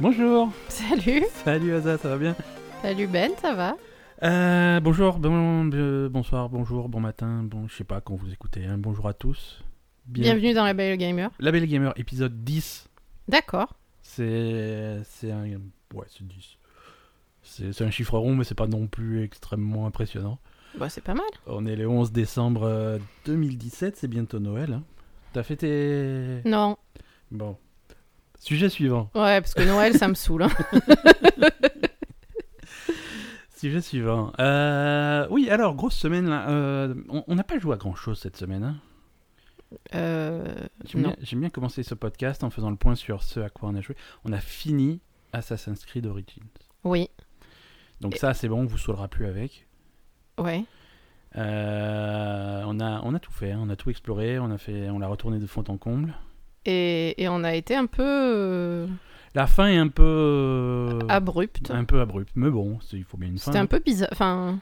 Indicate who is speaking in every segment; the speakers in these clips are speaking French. Speaker 1: Bonjour
Speaker 2: Salut
Speaker 1: Salut Asa, ça va bien
Speaker 2: Salut Ben, ça va
Speaker 1: Euh, Bonjour, bon, euh, bonsoir, bonjour, bon matin, bon, je sais pas quand vous écoutez, hein, bonjour à tous. Bien-
Speaker 2: Bienvenue dans La Belle et le Gamer.
Speaker 1: La Belle Gamer, épisode 10,
Speaker 2: D'accord.
Speaker 1: c'est... c'est un... ouais, c'est 10. C'est c'est un chiffre rond, mais c'est pas non plus extrêmement impressionnant.
Speaker 2: Bah, c'est pas mal.
Speaker 1: On est le 11 décembre euh, 2017, c'est bientôt Noël. hein. T'as fait tes...
Speaker 2: Non.
Speaker 1: Bon. Sujet suivant.
Speaker 2: Ouais, parce que Noël, ça me saoule. hein.
Speaker 1: Sujet suivant. Euh, oui, alors, grosse semaine. Là, euh, on on n'a pas joué à grand-chose cette semaine. hein.
Speaker 2: Euh,
Speaker 1: J'aime
Speaker 2: non.
Speaker 1: bien, j'aime bien commencer ce podcast en faisant le point sur ce à quoi on a joué. On a fini Assassin's Creed Origins.
Speaker 2: Oui.
Speaker 1: Donc
Speaker 2: Et-
Speaker 1: ça, c'est bon, on vous saoulera plus avec.
Speaker 2: Ouais.
Speaker 1: Euh, on, a, on a tout fait, hein, on a tout exploré, on a fait, on l'a retourné de fond en comble.
Speaker 2: Et, et on a été un peu euh,
Speaker 1: La fin est un peu... euh,
Speaker 2: abrupte.
Speaker 1: un peu abrupte, mais bon, c'est- il faut bien une fin.
Speaker 2: C'était un peu bizarre. Enfin,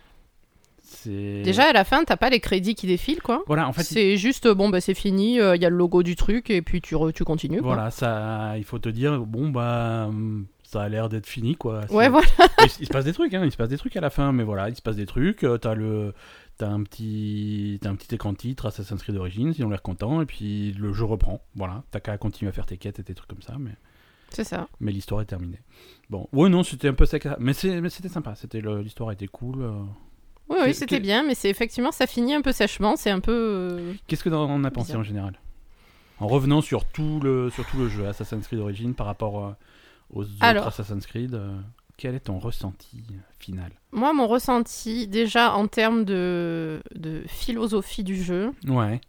Speaker 1: C'est-
Speaker 2: déjà à la fin, t'as pas les crédits qui défilent, quoi.
Speaker 1: Voilà, en fait,
Speaker 2: c'est juste, bon, bah c'est fini, il y a le logo du truc, et puis tu, re- tu continues, quoi.
Speaker 1: Voilà, ça, il faut te dire, bon, bah, hum, ça a l'air d'être fini, quoi. C'est-
Speaker 2: Ouais, voilà.
Speaker 1: il, se- il se passe des trucs, hein, il se passe des trucs à la fin, mais voilà, il se passe des trucs. euh, T'as le, t'as un petit, t'as un petit écran titre Assassin's Creed Origins, ils ont l'air contents, et puis le jeu reprend. Voilà, t'as qu'à continuer à faire tes quêtes et tes trucs comme ça, mais,
Speaker 2: C'est ça.
Speaker 1: mais l'histoire est terminée. Bon, ouais, non, c'était un peu sec, mais c'est, mais c'était sympa. C'était le- l'histoire était cool. euh.
Speaker 2: Oui,
Speaker 1: Qu'est-
Speaker 2: oui, c'était
Speaker 1: qu'est-
Speaker 2: bien, mais c'est effectivement, ça finit un peu sèchement, c'est un peu... euh,
Speaker 1: Qu'est-ce que t'en as pensé
Speaker 2: Bizarre.
Speaker 1: en général En revenant sur tout le, sur tout le jeu Assassin's Creed Origins par rapport euh, aux
Speaker 2: Alors.
Speaker 1: autres Assassin's Creed. euh, Quel est ton ressenti final
Speaker 2: Moi, mon ressenti, déjà en termes de, de philosophie du jeu,
Speaker 1: Ouais.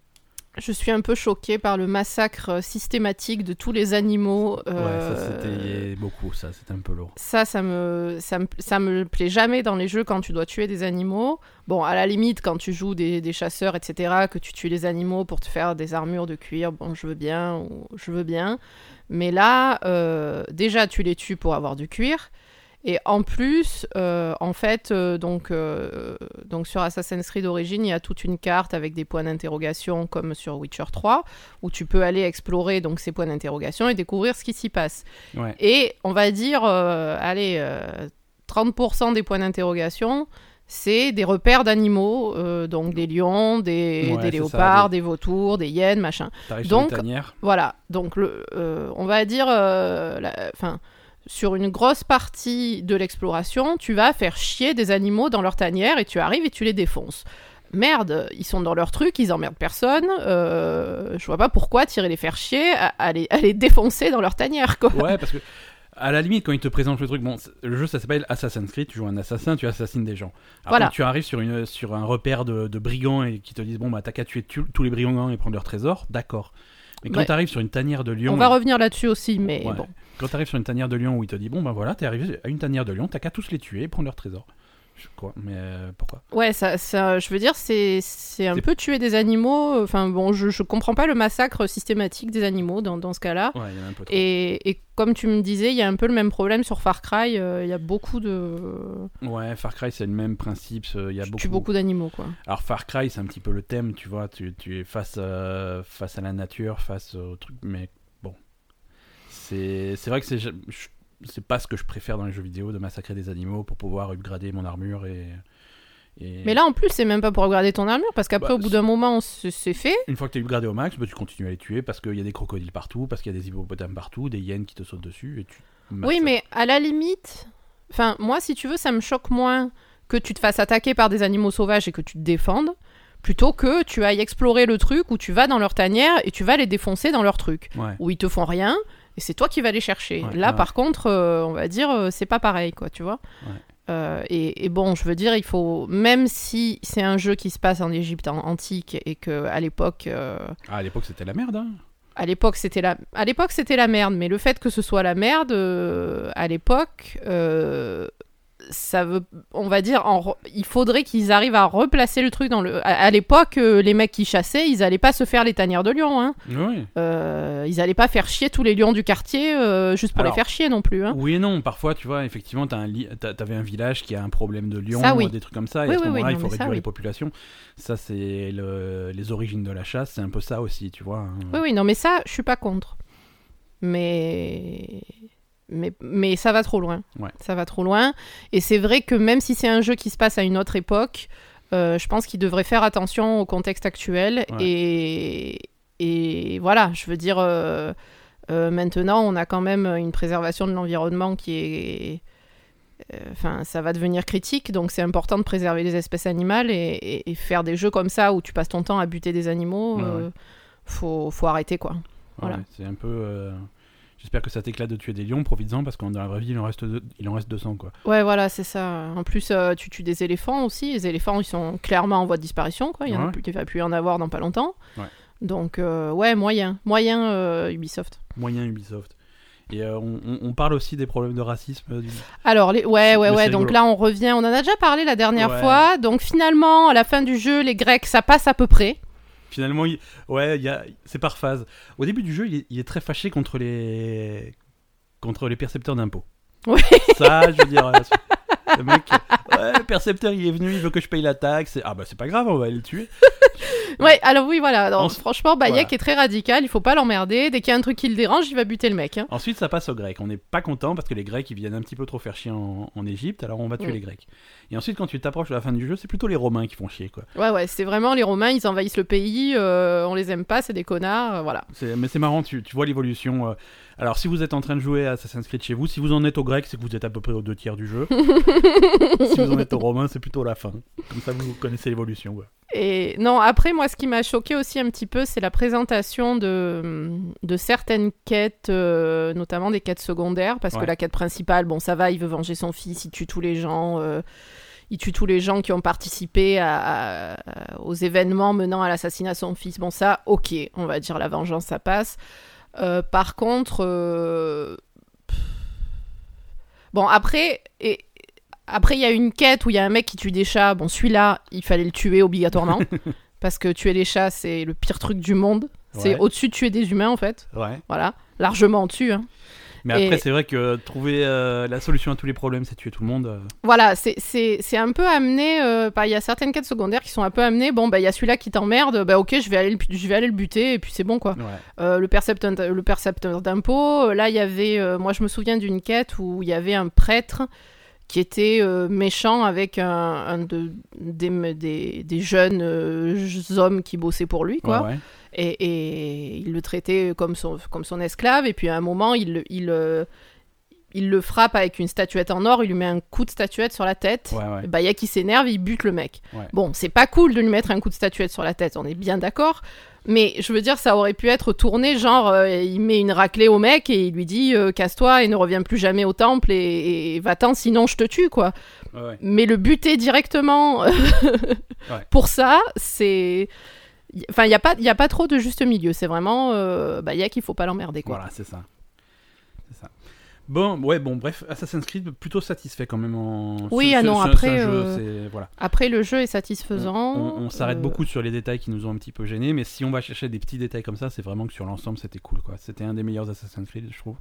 Speaker 2: je suis un peu choquée par le massacre systématique de tous les animaux.
Speaker 1: Ouais, ça
Speaker 2: euh,
Speaker 1: c'était beaucoup, ça c'était un peu lourd.
Speaker 2: ça, ça me, ça, me, ça me plaît jamais dans les jeux quand tu dois tuer des animaux. Bon, à la limite, quand tu joues des, des chasseurs, etc., que tu tues les animaux pour te faire des armures de cuir, bon, je veux bien, ou je veux bien. Mais là, euh, déjà, tu les tues pour avoir du cuir. Et en plus, euh, en fait, euh, donc, euh, donc sur Assassin's Creed Origins, il y a toute une carte avec des points d'interrogation comme sur Witcher 3, où tu peux aller explorer donc ces points d'interrogation et découvrir ce qui s'y passe.
Speaker 1: Ouais.
Speaker 2: Et on va dire, euh, allez, euh, 30% des points d'interrogation, c'est des repères d'animaux, euh, donc des lions, des,
Speaker 1: Ouais,
Speaker 2: des
Speaker 1: c'est ça,
Speaker 2: léopards, des vautours, des hyènes, machin.
Speaker 1: T'arrives
Speaker 2: Donc-
Speaker 1: sur une tanière.
Speaker 2: Voilà, donc le, euh, on va dire, euh, la- enfin, sur une grosse partie de l'exploration, tu vas faire chier des animaux dans leur tanière et tu arrives et tu les défonces. Merde, ils sont dans leur truc, ils emmerdent personne. euh, je vois pas pourquoi tirer les faire chier, à, à les, à les défoncer dans leur tanière, quoi.
Speaker 1: Ouais, parce que à la limite, quand ils te présentent le truc, bon, c'est- le jeu ça s'appelle Assassin's Creed, tu joues un assassin, tu assassines des gens. Après,
Speaker 2: Voilà.
Speaker 1: tu arrives sur, une, sur un repère de, de brigands et qui te disent, bon, bah t'as qu'à tuer tu- tous les brigands et prendre leur trésor, d'accord. Mais quand
Speaker 2: Ouais.
Speaker 1: t'arrives sur une tanière de lions,
Speaker 2: On va revenir là-dessus aussi, mais
Speaker 1: Ouais.
Speaker 2: bon.
Speaker 1: quand t'arrives sur une tanière de lions où il te dit, bon, bah voilà, t'es arrivé à une tanière de lions, t'as qu'à tous les tuer et prendre leur trésor. Je- Quoi Mais euh, pourquoi
Speaker 2: Ouais, ça, ça- je veux dire, c'est, c'est un
Speaker 1: C'est-
Speaker 2: peu tuer des animaux. Enfin bon, je, je comprends pas le massacre systématique des animaux dans, dans ce cas-là.
Speaker 1: Ouais, il y en a un peu trop.
Speaker 2: Et, et comme tu me disais, il y a un peu le même problème sur Far Cry. euh, Il y a beaucoup de.
Speaker 1: Ouais, Far Cry c'est le même principe, ce- il y a
Speaker 2: Tu tues beaucoup d'animaux, quoi.
Speaker 1: Alors Far Cry, c'est un petit peu le thème, tu vois, tu, tu es face, euh, face à la nature, face au truc, mais bon. C'est c'est vrai que c'est je- je- c'est pas ce que je préfère dans les jeux vidéo, de massacrer des animaux pour pouvoir upgrader mon armure et... et-
Speaker 2: Mais là, en plus, c'est même pas pour regarder ton armure, parce qu'après,
Speaker 1: Bah,
Speaker 2: au bout d'un moment, on se- c'est fait.
Speaker 1: Une fois que tu es upgradé au max, bah, tu continues à les tuer parce qu'il y a des crocodiles partout, parce qu'il y a des hippopotames partout, des hyènes qui te sautent dessus et tu...
Speaker 2: Oui,
Speaker 1: massacres.
Speaker 2: mais à la limite, enfin, moi, si tu veux, ça me choque moins que tu te fasses attaquer par des animaux sauvages et que tu te défendes, plutôt que tu ailles explorer le truc où tu vas dans leur tanière et tu vas les défoncer dans leur truc,
Speaker 1: Ouais.
Speaker 2: où ils te font rien et c'est toi qui vas les chercher.
Speaker 1: Ouais,
Speaker 2: Là,
Speaker 1: ouais.
Speaker 2: par contre, euh, on va dire, euh, c'est pas pareil, quoi, tu vois.
Speaker 1: Ouais.
Speaker 2: Euh, et, et bon, je veux dire, il faut, même si c'est un jeu qui se passe en Égypte an- antique et que à l'époque, euh,
Speaker 1: Ah, à l'époque, c'était la merde, hein
Speaker 2: à l'époque, c'était la... à l'époque, c'était la merde, mais le fait que ce soit la merde, euh, à l'époque, euh, ça veut. On va dire, en re- il faudrait qu'ils arrivent à replacer le truc dans le. À, à l'époque, euh, les mecs qui chassaient, ils allaient pas se faire les tanières de lions, hein.
Speaker 1: Oui.
Speaker 2: Euh, ils allaient pas faire chier tous les lions du quartier euh, juste pour
Speaker 1: Alors,
Speaker 2: les faire chier non plus, hein.
Speaker 1: Oui et non, parfois tu vois, effectivement, t'as un li- t'as- t'avais un village qui a un problème de lions,
Speaker 2: Ça, oui.
Speaker 1: euh, des trucs comme ça, et
Speaker 2: Oui,
Speaker 1: à ce
Speaker 2: oui, oui,
Speaker 1: moment-là, il
Speaker 2: non,
Speaker 1: faut
Speaker 2: mais ça,
Speaker 1: réduire les
Speaker 2: oui.
Speaker 1: populations. Ça, c'est le- les origines de la chasse, c'est un peu ça aussi, tu vois. hein.
Speaker 2: Oui, oui, non, mais ça, je suis pas contre. Mais. mais, mais ça va trop loin.
Speaker 1: Ouais.
Speaker 2: Ça va trop loin. Et c'est vrai que même si c'est un jeu qui se passe à une autre époque, euh, je pense qu'il devrait faire attention au contexte actuel.
Speaker 1: Ouais.
Speaker 2: Et, et voilà, je veux dire, euh, euh, maintenant, on a quand même une préservation de l'environnement qui est. euh, Enfin, ça va devenir critique, donc c'est important de préserver les espèces animales et, et- et faire des jeux comme ça où tu passes ton temps à buter des animaux,
Speaker 1: Ouais,
Speaker 2: euh,
Speaker 1: ouais.
Speaker 2: faut, faut arrêter quoi. Voilà.
Speaker 1: Ouais, c'est un peu. euh, J'espère que ça t'éclate de tuer des lions, profites-en, parce que dans la vraie vie, il en reste, deux- il en reste 200, quoi.
Speaker 2: Ouais, voilà, c'est ça. En plus, euh, tu tues des éléphants aussi. Les éléphants, ils sont clairement en voie de disparition. Quoi. Il, y en a
Speaker 1: Ouais.
Speaker 2: plus, il va plus y en avoir dans pas longtemps.
Speaker 1: Ouais.
Speaker 2: Donc, euh, ouais, moyen. Moyen euh, Ubisoft.
Speaker 1: Moyen Ubisoft. Et euh, on, on- on parle aussi des problèmes de racisme. euh, du-
Speaker 2: Alors, les... ouais, ouais,
Speaker 1: Mais
Speaker 2: ouais.
Speaker 1: c'est
Speaker 2: Donc
Speaker 1: rigolo.
Speaker 2: là, on revient. On en a déjà parlé la dernière
Speaker 1: Ouais.
Speaker 2: fois. Donc finalement, à la fin du jeu, les Grecs, ça passe à peu près.
Speaker 1: Finalement, il- ouais, il y a... c'est par phase. Au début du jeu, il est, il est très fâché contre les contre les percepteurs d'impôts.
Speaker 2: Oui.
Speaker 1: Ça, je veux dire, euh, ce- le mec, ouais, le percepteur, il est venu, il veut que je paye la taxe. Ah bah c'est pas grave, on va aller le tuer.
Speaker 2: Ouais, alors oui, voilà. Alors,
Speaker 1: On s-
Speaker 2: franchement, Bayek
Speaker 1: Voilà.
Speaker 2: est très radical. Il faut pas l'emmerder. Dès qu'il y a un truc qui le dérange, il va buter le mec. hein.
Speaker 1: Ensuite, ça passe aux Grecs. On n'est pas content parce que les Grecs, ils viennent un petit peu trop faire chier en, en Égypte, alors on va tuer
Speaker 2: Mm.
Speaker 1: les Grecs. Et ensuite, quand tu t'approches de la fin du jeu, c'est plutôt les Romains qui font chier, quoi.
Speaker 2: Ouais, ouais. C'est vraiment les Romains, ils envahissent le pays. euh, on les aime pas, c'est des connards. euh, voilà.
Speaker 1: C'est- Mais c'est marrant, tu, tu vois l'évolution. euh. Alors, si vous êtes en train de jouer à Assassin's Creed chez vous, si vous en êtes au grec, c'est que vous êtes à peu près aux deux tiers du jeu. si vous en êtes au romain, c'est plutôt la fin. Comme ça, vous connaissez l'évolution. ouais.
Speaker 2: Et non, après, moi, ce qui m'a choqué aussi un petit peu, c'est la présentation de, de certaines quêtes, euh, notamment des quêtes secondaires, parce que
Speaker 1: Ouais.
Speaker 2: la quête principale, bon, ça va, il veut venger son fils, il tue tous les gens, euh, il tue tous les gens qui ont participé à- à- aux événements menant à l'assassinat de son fils. Bon, ça, ok, on va dire la vengeance, ça passe. Euh, par contre, euh, pff. bon, après, et, après, il y a une quête où il y a un mec qui tue des chats. Bon, celui-là, il fallait le tuer obligatoirement. parce que tuer les chats, c'est le pire truc du monde. C'est
Speaker 1: Ouais.
Speaker 2: au-dessus de tuer des humains, en fait.
Speaker 1: Ouais.
Speaker 2: Voilà. Largement au-dessus. hein.
Speaker 1: Mais après,
Speaker 2: Et-
Speaker 1: c'est vrai que trouver euh, la solution à tous les problèmes, c'est tuer tout le monde. euh.
Speaker 2: Voilà, c'est- c'est c'est un peu amené. euh, par- Il y a certaines quêtes secondaires qui sont un peu amenées. Bon, bah, il y a celui-là qui t'emmerde. Bah, ok, je vais, aller le, je vais aller le buter et puis c'est bon, quoi.
Speaker 1: Ouais.
Speaker 2: Euh, le percepteur, le percepteur d'impôts. euh, Là, il y avait. euh, moi, je me souviens d'une quête où il y avait un prêtre qui était euh, méchant avec un, un de, des, des- des jeunes euh, j- hommes qui bossaient pour lui, quoi.
Speaker 1: Ouais, ouais.
Speaker 2: Et, et il le traitait comme son, comme son esclave. Et puis à un moment, il, le- il, euh, il le frappe avec une statuette en or. Il lui met un coup de statuette sur la tête.
Speaker 1: Ouais, ouais.
Speaker 2: Bah, y a qui s'énerve, il bute le mec.
Speaker 1: Ouais.
Speaker 2: Bon, c'est pas cool de lui mettre un coup de statuette sur la tête, on est bien d'accord. Mais je veux dire, ça aurait pu être tourné, genre, euh, il met une raclée au mec et il lui dit euh, casse-toi et ne reviens plus jamais au temple et, et va-t'en, sinon je te tue, quoi.
Speaker 1: Ouais, ouais.
Speaker 2: Mais le buter directement euh, pour ça, c'est. y- Enfin, il n'y a, pas- y a pas trop de juste milieu. C'est vraiment. Euh, bah, y a qu'il faut pas l'emmerder, quoi.
Speaker 1: Voilà, c'est ça. C'est ça. Bon, ouais, bon, bref, Assassin's Creed, plutôt satisfait quand même en.
Speaker 2: Oui,
Speaker 1: ce-
Speaker 2: ah
Speaker 1: ce-
Speaker 2: non,
Speaker 1: ce-
Speaker 2: après,
Speaker 1: c'est un jeu,
Speaker 2: euh,
Speaker 1: c'est- voilà.
Speaker 2: Après, le jeu est satisfaisant.
Speaker 1: On, on s'arrête
Speaker 2: Euh,
Speaker 1: beaucoup sur les détails qui nous ont un petit peu gênés, mais si on va chercher des petits détails comme ça, c'est vraiment que sur l'ensemble c'était cool quoi. C'était un des meilleurs Assassin's Creed, je trouve.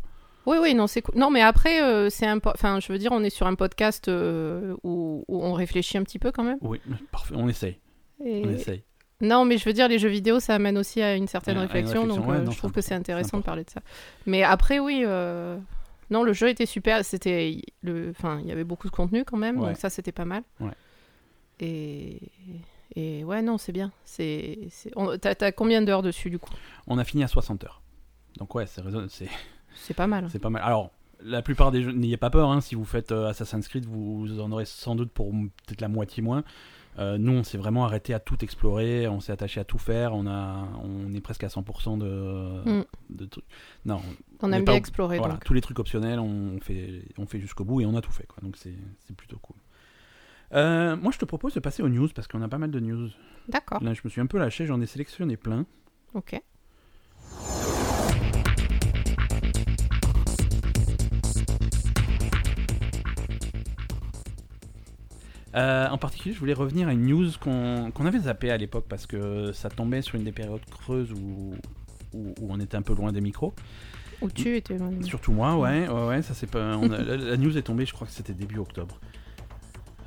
Speaker 2: Oui, oui, non, c'est cool. Non, mais après, euh, c'est un. po- Enfin, je veux dire, on est sur un podcast euh, où, où on réfléchit un petit peu quand même.
Speaker 1: Oui, parfait, on essaye.
Speaker 2: Et-
Speaker 1: On essaye.
Speaker 2: Non, mais je veux dire, les jeux vidéo, ça amène aussi à une certaine
Speaker 1: À- à une
Speaker 2: réflexion,
Speaker 1: réflexion,
Speaker 2: donc
Speaker 1: ouais,
Speaker 2: euh,
Speaker 1: non,
Speaker 2: je trouve
Speaker 1: c'est
Speaker 2: que c'est
Speaker 1: important, c'est
Speaker 2: intéressant de
Speaker 1: important.
Speaker 2: parler de ça. Mais après, oui. euh, Non, le jeu était super. C'était le. Enfin, il y avait beaucoup de contenu quand même,
Speaker 1: Ouais.
Speaker 2: donc ça, c'était pas mal.
Speaker 1: Ouais.
Speaker 2: Et. Et ouais, non, c'est bien. C'est. c'est- on- T'as t'as combien d'heures dessus du coup
Speaker 1: On a fini à 60 heures. Donc ouais, c'est raison- c'est
Speaker 2: C'est pas mal.
Speaker 1: c'est pas mal. Alors, la plupart des jeux, n'ayez pas peur, hein, si vous faites euh, Assassin's Creed, vous, vous en aurez sans doute pour m- peut-être la moitié moins. Euh, nous, on s'est vraiment arrêté à tout explorer, on s'est attaché à tout faire, on, a, on est presque à 100% de,
Speaker 2: Mm.
Speaker 1: de trucs. Non,
Speaker 2: On
Speaker 1: on
Speaker 2: aime
Speaker 1: est pas
Speaker 2: bien
Speaker 1: au-
Speaker 2: explorer.
Speaker 1: Voilà,
Speaker 2: donc.
Speaker 1: tous les trucs optionnels, on fait, on fait jusqu'au bout et on a tout fait. Quoi. Donc c'est c'est plutôt cool. Euh, moi, je te propose de passer aux news parce qu'on a pas mal de news.
Speaker 2: D'accord.
Speaker 1: Là, je me suis un peu lâché, j'en ai sélectionné plein.
Speaker 2: Ok.
Speaker 1: Euh, en particulier, je voulais revenir à une news qu'on qu'on avait zappée à l'époque parce que ça tombait sur une des périodes creuses où, où, où on était un peu loin des micros.
Speaker 2: Où
Speaker 1: Mmh.
Speaker 2: tu étais Manu
Speaker 1: Surtout moi, ouais, ouais, ouais, ça c'est pas. on a- la, la news est tombée, je crois que c'était début octobre.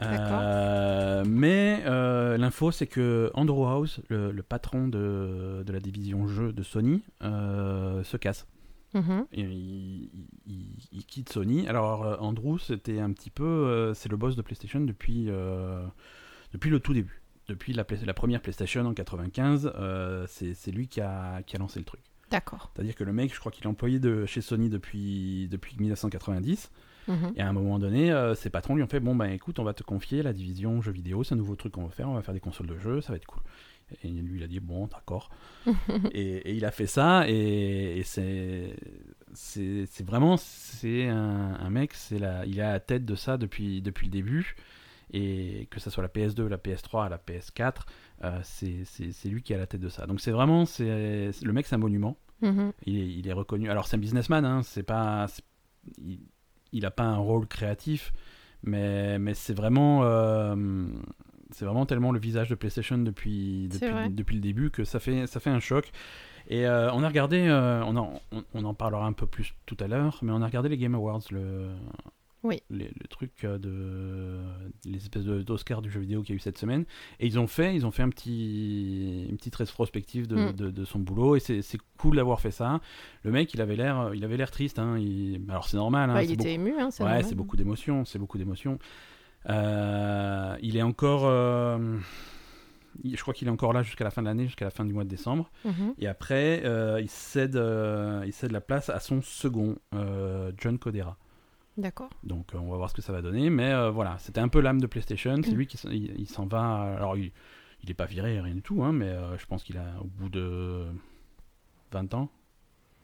Speaker 1: Euh, mais euh, l'info, c'est que Andrew House, le, le patron de, de la division jeux de Sony, euh, se casse.
Speaker 2: Mhm.
Speaker 1: Et il, il- il quitte Sony. Alors euh, Andrew, c'était un petit peu, euh, c'est le boss de PlayStation depuis euh, depuis le tout début, depuis la, Play- la première PlayStation en 95. euh, c'est c'est lui qui a, qui a lancé le truc.
Speaker 2: D'accord.
Speaker 1: C'est-à-dire que le mec, je crois qu'il est employé de chez Sony depuis depuis 1990.
Speaker 2: Mhm.
Speaker 1: Et à un moment donné, euh, ses patrons lui ont fait Bon, ben écoute, on va te confier la division jeux vidéo, c'est un nouveau truc qu'on va faire, on va faire des consoles de jeux, ça va être cool. Et lui, il a dit Bon, d'accord. et, et il a fait ça, et, et c'est. C'est c'est vraiment. C'est un, un mec, c'est la, il est à la tête de ça depuis, depuis le début. Et que ça soit la PS2, la PS3, la PS4, euh, c'est- c'est c'est lui qui est à la tête de ça. Donc c'est vraiment. c'est c'est- Le mec, c'est un monument.
Speaker 2: Mhm.
Speaker 1: Il est, il est reconnu. Alors c'est un businessman, hein, c'est pas, c'est- il, il a pas un rôle créatif, mais mais c'est vraiment, euh, c'est vraiment tellement le visage de PlayStation depuis
Speaker 2: C'est
Speaker 1: depuis,
Speaker 2: vrai.
Speaker 1: depuis le début que ça fait ça fait un choc. Et euh, on a regardé, euh, on, en, on, on en parlera un peu plus tout à l'heure, mais on a regardé les Game Awards, le,
Speaker 2: Oui.
Speaker 1: les- le truc euh, de les espèces de- d'Oscars du jeu vidéo qu'il y a eu cette semaine, et ils ont fait, ils ont fait un petit, une petite rétrospective de,
Speaker 2: Mm.
Speaker 1: de- de son boulot, et c'est c'est cool d'avoir fait ça. Le mec, il avait l'air, il avait l'air triste, hein, il- alors c'est normal, hein,
Speaker 2: Bah,
Speaker 1: c'est
Speaker 2: il était
Speaker 1: beaucoup-
Speaker 2: ému, hein, c'est
Speaker 1: Ouais,
Speaker 2: normal.
Speaker 1: c'est beaucoup d'émotions, c'est beaucoup d'émotions. Euh, il est encore, euh, il- je crois qu'il est encore là jusqu'à la fin de l'année, jusqu'à la fin du mois de décembre.
Speaker 2: Mhm.
Speaker 1: Et après, euh, il, cède, euh, il cède la place à son second, euh, John Codera.
Speaker 2: D'accord.
Speaker 1: Donc euh, on va voir ce que ça va donner, mais euh, voilà, c'était un peu l'âme de PlayStation. C'est lui qui s'en- il, il s'en va. euh, Alors il, il est pas viré, rien du tout, hein, mais euh, je pense qu'il a au bout de 20 ans,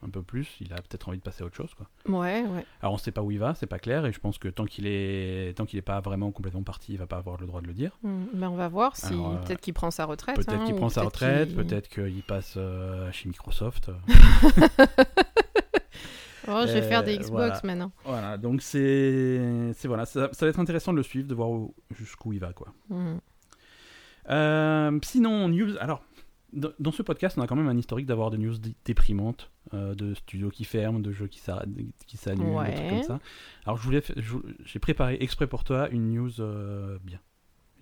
Speaker 1: un peu plus, il a peut-être envie de passer à autre chose, quoi.
Speaker 2: Ouais, ouais.
Speaker 1: Alors on sait pas où il va, c'est pas clair, et je pense que tant qu'il est tant qu'il est pas vraiment complètement parti, il va pas avoir le droit de le dire.
Speaker 2: Mm. Ben, on va voir si
Speaker 1: Alors, euh,
Speaker 2: peut-être qu'il prend sa retraite.
Speaker 1: Peut-être
Speaker 2: hein,
Speaker 1: qu'il
Speaker 2: ou
Speaker 1: prend sa
Speaker 2: peut-être
Speaker 1: retraite,
Speaker 2: qu'il-
Speaker 1: peut-être qu'il passe euh, chez Microsoft.
Speaker 2: Oh, je vais faire des
Speaker 1: Euh,
Speaker 2: Xbox
Speaker 1: voilà.
Speaker 2: maintenant.
Speaker 1: Voilà, donc c'est, c'est voilà, ça, ça va être intéressant de le suivre, de voir où- jusqu'où il va quoi.
Speaker 2: Mm.
Speaker 1: Euh, sinon news, alors dans, dans ce podcast on a quand même un historique d'avoir des news dé- déprimantes, euh, de studios qui ferment, de jeux qui s'arrêtent, qui s'annulent, des trucs
Speaker 2: Ouais.
Speaker 1: comme ça. Alors je voulais, fa- je- j'ai préparé exprès pour toi une news euh, bien,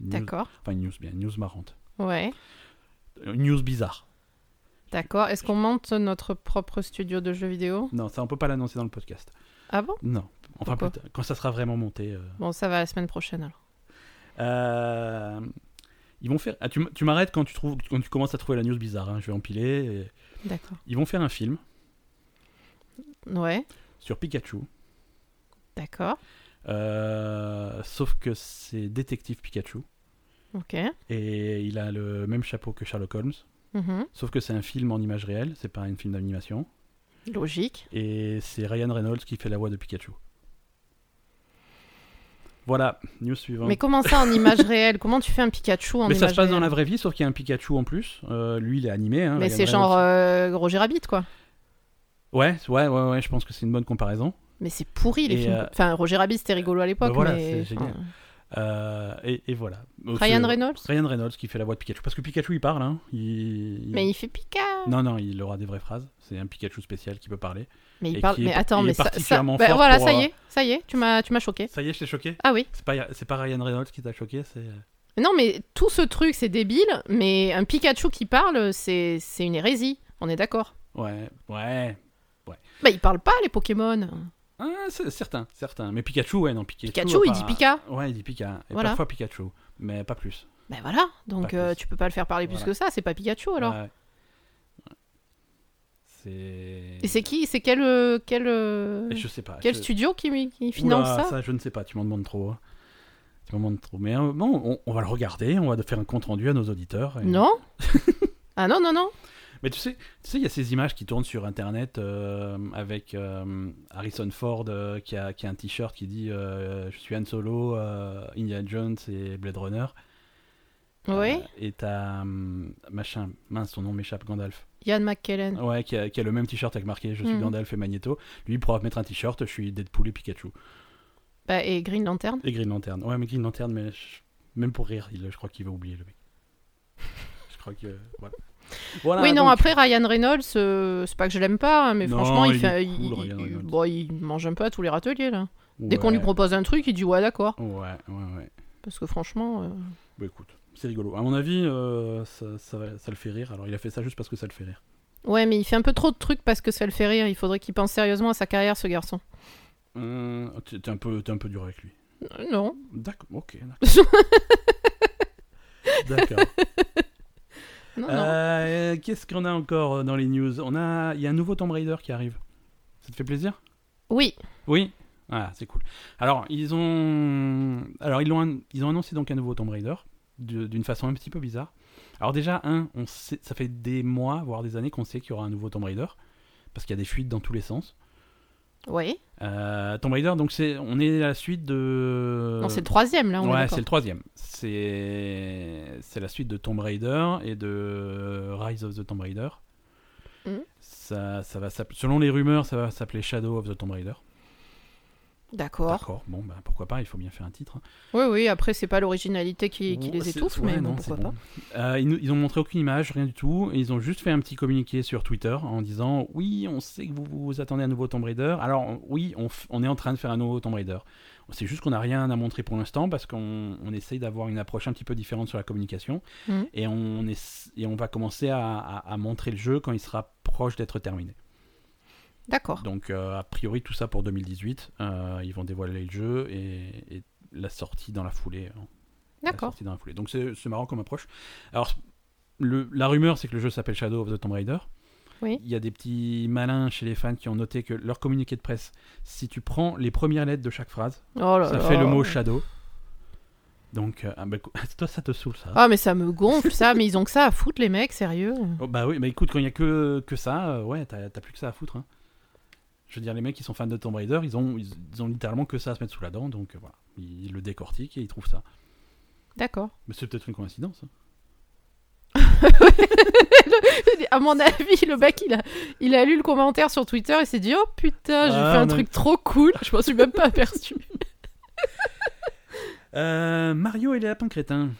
Speaker 1: Une news-
Speaker 2: D'accord.
Speaker 1: enfin une news bien, une news marrante,
Speaker 2: Ouais.
Speaker 1: une news bizarre.
Speaker 2: D'accord. Est-ce qu'on monte notre propre studio de jeux vidéo
Speaker 1: Non, ça on peut pas l'annoncer dans le podcast.
Speaker 2: Ah bon
Speaker 1: Non, enfin
Speaker 2: Pourquoi
Speaker 1: plus tard, quand ça sera vraiment monté. euh,
Speaker 2: Bon, ça va la semaine prochaine alors.
Speaker 1: Euh, ils vont faire. ah, tu m- tu m'arrêtes quand tu trouves, quand tu commences à trouver la news bizarre. hein, je vais empiler. et-
Speaker 2: D'accord.
Speaker 1: Ils vont faire un film
Speaker 2: Ouais.
Speaker 1: sur Pikachu.
Speaker 2: D'accord.
Speaker 1: euh, sauf que c'est détective Pikachu
Speaker 2: Ok.
Speaker 1: et il a le même chapeau que Sherlock Holmes.
Speaker 2: Mhm.
Speaker 1: Sauf que c'est un film en image réelle. C'est pas un film d'animation.
Speaker 2: Logique.
Speaker 1: Et c'est Ryan Reynolds qui fait la voix de Pikachu. Voilà, news suivante.
Speaker 2: Mais comment ça en image réelle Comment tu fais un Pikachu en
Speaker 1: Mais
Speaker 2: image
Speaker 1: ça se passe dans
Speaker 2: réelle
Speaker 1: la vraie vie, sauf qu'il y a un Pikachu en plus. Euh, lui, il est animé. hein,
Speaker 2: Mais
Speaker 1: Ryan
Speaker 2: c'est genre
Speaker 1: Reynolds.
Speaker 2: euh, Roger Rabbit quoi.
Speaker 1: Ouais, ouais, ouais, ouais, je pense que c'est une bonne comparaison.
Speaker 2: Mais c'est pourri les
Speaker 1: Et,
Speaker 2: films.
Speaker 1: euh,
Speaker 2: Enfin, Roger Rabbit c'était rigolo à l'époque.
Speaker 1: bah voilà,
Speaker 2: mais...
Speaker 1: c'est génial.
Speaker 2: enfin,
Speaker 1: Euh, et, et voilà. Donc,
Speaker 2: Ryan
Speaker 1: c'est-
Speaker 2: Reynolds
Speaker 1: Ryan Reynolds qui fait la voix de Pikachu. Parce que Pikachu il parle, hein. Il... il-
Speaker 2: Mais il fait Pika
Speaker 1: Non, non, il aura des vraies phrases. C'est un Pikachu spécial qui peut parler.
Speaker 2: Mais
Speaker 1: Et
Speaker 2: il parle.
Speaker 1: qui est
Speaker 2: Mais
Speaker 1: par-
Speaker 2: attends,
Speaker 1: il est
Speaker 2: mais ça. ça...
Speaker 1: particulièrement
Speaker 2: Bah,
Speaker 1: fort
Speaker 2: voilà,
Speaker 1: pour,
Speaker 2: ça
Speaker 1: euh,
Speaker 2: y est, ça y est, tu m'as tu m'as choqué.
Speaker 1: Ça y est, je t'ai choqué
Speaker 2: Ah oui.
Speaker 1: C'est pas, c'est pas Ryan Reynolds qui t'a choqué, c'est. euh,
Speaker 2: Non, mais tout ce truc, c'est débile, mais un Pikachu qui parle, c'est c'est une hérésie, on est d'accord.
Speaker 1: Ouais, ouais.
Speaker 2: Bah, ils parlent pas, les Pokémon.
Speaker 1: Ah, c'est certain, certain. Mais Pikachu, ouais, non, Pikachu.
Speaker 2: Pikachu,
Speaker 1: à
Speaker 2: il
Speaker 1: part-
Speaker 2: dit Pika.
Speaker 1: Ouais, il dit Pika. Et
Speaker 2: Voilà.
Speaker 1: parfois Pikachu, mais pas plus.
Speaker 2: Bah voilà, donc
Speaker 1: Pas
Speaker 2: euh,
Speaker 1: plus.
Speaker 2: tu peux pas le faire parler plus
Speaker 1: Voilà.
Speaker 2: que ça, c'est pas Pikachu alors.
Speaker 1: Ouais. C'est.
Speaker 2: Et c'est qui C'est quel, euh, quel, euh,
Speaker 1: Et Je sais pas.
Speaker 2: quel
Speaker 1: je-
Speaker 2: studio qui, qui finance
Speaker 1: Oula,
Speaker 2: ça
Speaker 1: Je ne sais pas, tu m'en demandes trop. hein. Tu m'en demandes trop. Mais euh, bon, on, on va le regarder, on va faire un compte rendu à nos auditeurs. et-
Speaker 2: Non Ah non, non, non.
Speaker 1: Mais tu sais, tu sais, il y a ces images qui tournent sur Internet euh, avec euh, Harrison Ford euh, qui, a, qui a un t-shirt qui dit euh, Je suis Han Solo, euh, Indiana Jones et Blade Runner.
Speaker 2: Oui,
Speaker 1: Euh, et t'as. hum, machin, mince, son nom m'échappe, Gandalf.
Speaker 2: Ian McKellen.
Speaker 1: Ouais, qui a, qui a le même t-shirt avec marqué Je suis
Speaker 2: Mhm.
Speaker 1: Gandalf et Magneto. Lui, il pourra mettre un t-shirt Je suis Deadpool et Pikachu.
Speaker 2: Bah, et Green Lantern.
Speaker 1: Et Green Lantern. Ouais, mais Green Lantern, mais je- même pour rire, il- je crois qu'il va oublier le mec. Je crois que. Voilà. Voilà,
Speaker 2: oui, non,
Speaker 1: donc,
Speaker 2: après Ryan Reynolds, euh, c'est pas que je l'aime pas, hein, mais
Speaker 1: Non,
Speaker 2: franchement,
Speaker 1: il
Speaker 2: il,
Speaker 1: est
Speaker 2: fait,
Speaker 1: cool,
Speaker 2: il-
Speaker 1: Ryan
Speaker 2: il-
Speaker 1: Reynolds.
Speaker 2: bon, il mange un peu à tous les râteliers là. Dès qu'on
Speaker 1: ouais.
Speaker 2: lui propose un truc, il dit ouais, d'accord.
Speaker 1: Ouais, ouais, ouais.
Speaker 2: Parce que franchement. euh,
Speaker 1: Bah écoute, c'est rigolo. À mon avis, euh, ça, ça va- ça le fait rire. Alors il a fait ça juste parce que ça le fait rire.
Speaker 2: Ouais, mais il fait un peu trop de trucs parce que ça le fait rire. Il faudrait qu'il pense sérieusement à sa carrière, ce garçon.
Speaker 1: Hum, t'es t'es un, peu- t'es un peu dur avec lui.
Speaker 2: Euh, Non.
Speaker 1: D'accord, ok. d'accord. D'accord.
Speaker 2: Non, non.
Speaker 1: Euh, Qu'est-ce qu'on a encore euh, dans les news On a, il y a un nouveau Tomb Raider qui arrive. Ça te fait plaisir
Speaker 2: Oui.
Speaker 1: Oui. Ah, c'est cool. Alors ils ont, alors ils l'ont, an- ils ont annoncé donc un nouveau Tomb Raider de- d'une façon un petit peu bizarre. Alors déjà un, on sait, ça fait des mois voire des années qu'on sait qu'il y aura un nouveau Tomb Raider parce qu'il y a des fuites dans tous les sens.
Speaker 2: Oui.
Speaker 1: Euh, Tomb Raider, donc c'est, on est à la suite de.
Speaker 2: Non, c'est le troisième, là. On est
Speaker 1: Euh, ouais,
Speaker 2: d'accord.
Speaker 1: c'est le troisième. C'est c'est la suite de Tomb Raider et de Rise of the Tomb Raider.
Speaker 2: Mhm.
Speaker 1: Ça, ça va s'app- selon les rumeurs, ça va s'appeler Shadow of the Tomb Raider.
Speaker 2: D'accord.
Speaker 1: D'accord. Bon, bah, pourquoi pas Il faut bien faire un titre. hein.
Speaker 2: Oui, oui, après, c'est pas l'originalité qui, qui les
Speaker 1: C'est-
Speaker 2: étouffe,
Speaker 1: ouais,
Speaker 2: mais bon,
Speaker 1: non, c'est
Speaker 2: pourquoi
Speaker 1: bon.
Speaker 2: pas.
Speaker 1: Euh, ils, nous- ils ont montré aucune image, rien du tout. Et ils ont juste fait un petit communiqué sur Twitter en disant oui, on sait que vous vous attendez à un nouveau Tomb Raider. Alors on- oui, on, f- on est en train de faire un nouveau Tomb Raider. C'est juste qu'on n'a rien à montrer pour l'instant parce qu'on on essaye d'avoir une approche un petit peu différente sur la communication
Speaker 2: Mhm.
Speaker 1: et, on est, et on va commencer à, à- à montrer le jeu quand il sera proche d'être terminé.
Speaker 2: D'accord.
Speaker 1: Donc euh, a priori tout ça pour 2018. Euh, ils vont dévoiler le jeu et, et la sortie dans la foulée. hein la
Speaker 2: D'accord.
Speaker 1: sortie dans la foulée. Donc c'est c'est marrant comme approche. Alors, le- la rumeur, c'est que le jeu s'appelle Shadow of the Tomb Raider.
Speaker 2: Oui.
Speaker 1: Il y a des petits malins chez les fans qui ont noté que leur communiqué de presse, si tu prends les premières lettres de chaque phrase,
Speaker 2: Oh là
Speaker 1: ça
Speaker 2: là.
Speaker 1: fait le mot Shadow. Donc, euh, ah bah, écou- toi, ça te saoule ça.
Speaker 2: Ah, mais ça me gonfle, ça. Mais ils ont que ça à foutre, les mecs, sérieux.
Speaker 1: Oh, bah oui, mais écoute, quand il n'y a que, que ça, euh, ouais, t'as t'as plus que ça à foutre. hein. Je veux dire, les mecs qui sont fans de Tomb Raider, ils ont, ils, ils ont littéralement que ça à se mettre sous la dent, donc euh, voilà. Ils, ils le décortiquent et ils trouvent ça.
Speaker 2: D'accord.
Speaker 1: Mais c'est peut-être une coïncidence. hein.
Speaker 2: À mon avis, le mec, il a, il a lu le commentaire sur Twitter et s'est dit Oh putain, j'ai
Speaker 1: Ah,
Speaker 2: fait un
Speaker 1: mais-
Speaker 2: truc trop cool. Je m'en suis même pas aperçu.
Speaker 1: Euh, Mario et les lapins crétins.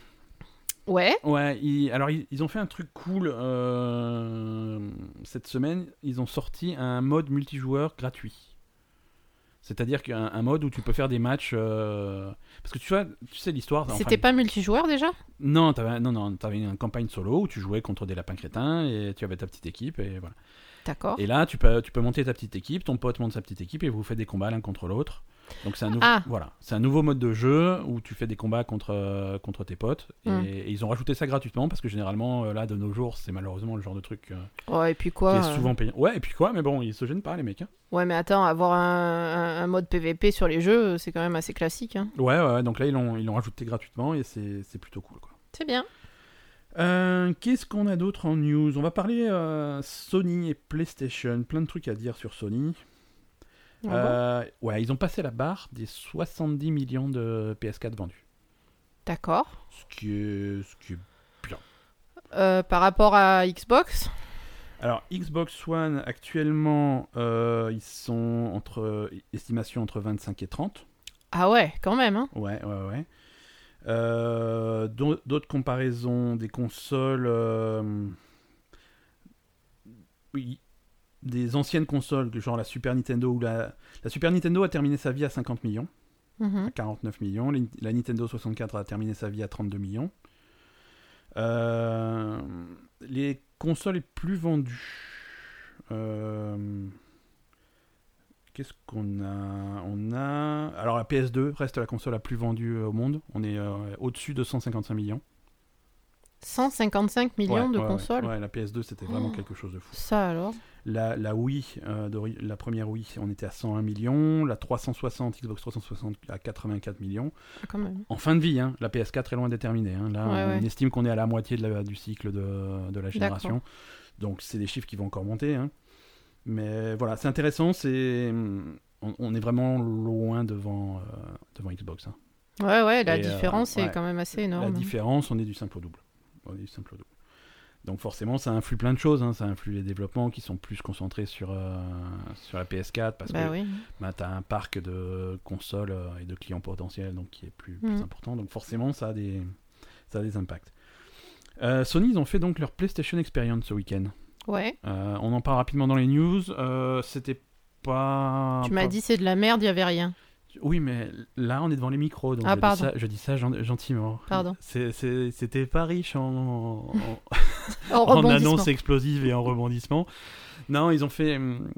Speaker 2: Ouais.
Speaker 1: Ouais, ils- alors ils, ils ont fait un truc cool euh, cette semaine. Ils ont sorti un mode multijoueur gratuit. C'est-à-dire qu'un un mode où tu peux faire des matchs. euh, parce que tu vois, tu sais l'histoire. Ah, enfin,
Speaker 2: C'était pas multijoueur déjà
Speaker 1: Non, t'avais, non, non, t'avais une campagne solo où tu jouais contre des lapins crétins et tu avais ta petite équipe et voilà.
Speaker 2: D'accord.
Speaker 1: Et là, tu peux, tu peux monter ta petite équipe, ton pote monte sa petite équipe et vous faites des combats l'un contre l'autre. Donc c'est un nouveau,
Speaker 2: Ah.
Speaker 1: voilà, c'est un nouveau mode de jeu où tu fais des combats contre euh, contre tes potes et,
Speaker 2: Mm.
Speaker 1: et ils ont rajouté ça gratuitement parce que généralement euh, là de nos jours c'est malheureusement le genre de truc euh,
Speaker 2: Ouais, et puis quoi
Speaker 1: qui est
Speaker 2: euh,
Speaker 1: souvent payant. Ouais et puis quoi, mais bon ils se gênent pas les mecs. hein.
Speaker 2: Ouais, mais attends, avoir un, un- un mode PVP sur les jeux, c'est quand même assez classique. hein.
Speaker 1: Ouais, ouais, ouais, donc là ils l'ont ils l'ont rajouté gratuitement et c'est c'est plutôt cool quoi.
Speaker 2: C'est bien.
Speaker 1: Euh, Qu'est-ce qu'on a d'autre en news On va parler euh, Sony et PlayStation, plein de trucs à dire sur Sony.
Speaker 2: Ah bon
Speaker 1: Euh, ouais, ils ont passé la barre des 70 millions de PS4 vendus.
Speaker 2: D'accord.
Speaker 1: Ce qui est- ce qui est-
Speaker 2: Euh, par rapport à Xbox
Speaker 1: Alors, Xbox One, actuellement, euh, ils sont entre. Estimation entre 25 et 30.
Speaker 2: Ah ouais, quand même. Hein.
Speaker 1: Ouais, ouais, ouais. Euh, d'au- D'autres comparaisons, des consoles. euh, oui, des anciennes consoles, genre la Super Nintendo ou la. La Super Nintendo a terminé sa vie à 50 millions.
Speaker 2: Mhm.
Speaker 1: à 49 millions. La- La Nintendo 64 a terminé sa vie à 32 millions. Euh, les consoles les plus vendues. euh, Qu'est-ce qu'on a On a. Alors la PS2 reste la console la plus vendue au monde. On est euh, au-dessus de 155 millions.
Speaker 2: 155 millions
Speaker 1: Ouais, ouais,
Speaker 2: de
Speaker 1: ouais.
Speaker 2: consoles.
Speaker 1: Ouais, la PS2 c'était vraiment
Speaker 2: Oh.
Speaker 1: quelque chose de fou.
Speaker 2: Ça alors
Speaker 1: La, la Wii, euh, d'ori- la première Wii, on était à 101 millions. La 360, Xbox 360 à 84 millions.
Speaker 2: Ah, quand même.
Speaker 1: En fin de vie, hein. la PS4 est loin d'être terminée. hein. Là,
Speaker 2: Ouais,
Speaker 1: on
Speaker 2: ouais.
Speaker 1: estime qu'on est à la moitié de la- du cycle de, de la génération. Donc, c'est des chiffres qui vont encore monter. hein. Mais voilà, c'est intéressant. C'est on, on est vraiment loin devant, euh, devant Xbox. hein.
Speaker 2: Ouais, ouais, la
Speaker 1: Et, euh,
Speaker 2: différence
Speaker 1: ouais.
Speaker 2: est quand même assez
Speaker 1: La
Speaker 2: énorme. hein.
Speaker 1: différence, on est du simple au double. On est du simple au double. Donc forcément, ça influe plein de choses. hein. Ça influe les développements qui sont plus concentrés sur, euh, sur la PS4 parce
Speaker 2: bah
Speaker 1: que
Speaker 2: oui.
Speaker 1: bah, tu as un parc de consoles euh, et de clients potentiels donc, qui est plus, plus
Speaker 2: Mhm.
Speaker 1: important. Donc forcément, ça a des, ça a des impacts. Euh, Sony, ils ont fait donc leur PlayStation Experience ce week-end.
Speaker 2: Ouais.
Speaker 1: Euh, on en parle rapidement dans les news. Euh, C'était pas.
Speaker 2: Tu m'as
Speaker 1: pas-
Speaker 2: dit c'est de la merde, il y avait rien.
Speaker 1: Oui, mais là, on est devant les micros. Donc
Speaker 2: Ah,
Speaker 1: je, dis
Speaker 2: pardon.
Speaker 1: ça, je dis ça gen- gentiment.
Speaker 2: Pardon.
Speaker 1: C'est- c'est- C'était pas riche en, en-
Speaker 2: En
Speaker 1: en
Speaker 2: Oh, rebondissement.
Speaker 1: annonce explosive et en rebondissement. Non, ils ont fait. hum,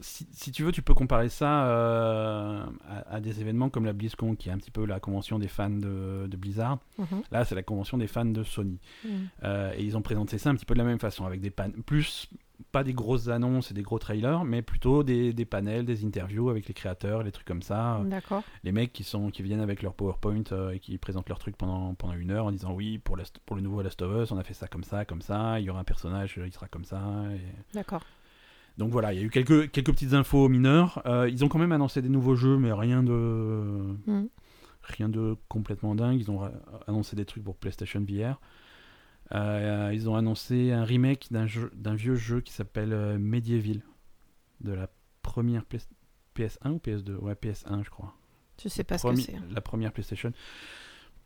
Speaker 1: Si, si tu veux, tu peux comparer ça euh, à, à des événements comme la BlizzCon, qui est un petit peu la convention des fans de, de Blizzard.
Speaker 2: Mhm.
Speaker 1: Là, c'est la convention des fans de Sony.
Speaker 2: Mhm.
Speaker 1: Euh, et ils ont présenté ça un petit peu de la même façon, avec des pannes. Plus, pas des grosses annonces et des gros trailers, mais plutôt des, des panels, des interviews avec les créateurs, les trucs comme ça euh,
Speaker 2: Mm, D'accord.
Speaker 1: les mecs qui sont qui viennent avec leur PowerPoint euh, et qui présentent leur truc pendant pendant une heure en disant oui pour Last- pour le nouveau Last of Us on a fait ça comme ça comme ça il y aura un personnage euh, il sera comme ça et-
Speaker 2: D'accord.
Speaker 1: donc voilà il y a eu quelques quelques petites infos mineures Euh, ils ont quand même annoncé des nouveaux jeux mais rien de
Speaker 2: Mm.
Speaker 1: rien de complètement dingue ils ont ra- annoncé des trucs pour PlayStation VR Euh, ils ont annoncé un remake d'un jeu d'un vieux jeu qui s'appelle euh, Medieval de la première Play- PS1 ou PS2 ouais PS1 je crois
Speaker 2: Tu sais pas ce
Speaker 1: Premi-
Speaker 2: que c'est. hein.
Speaker 1: La première PlayStation.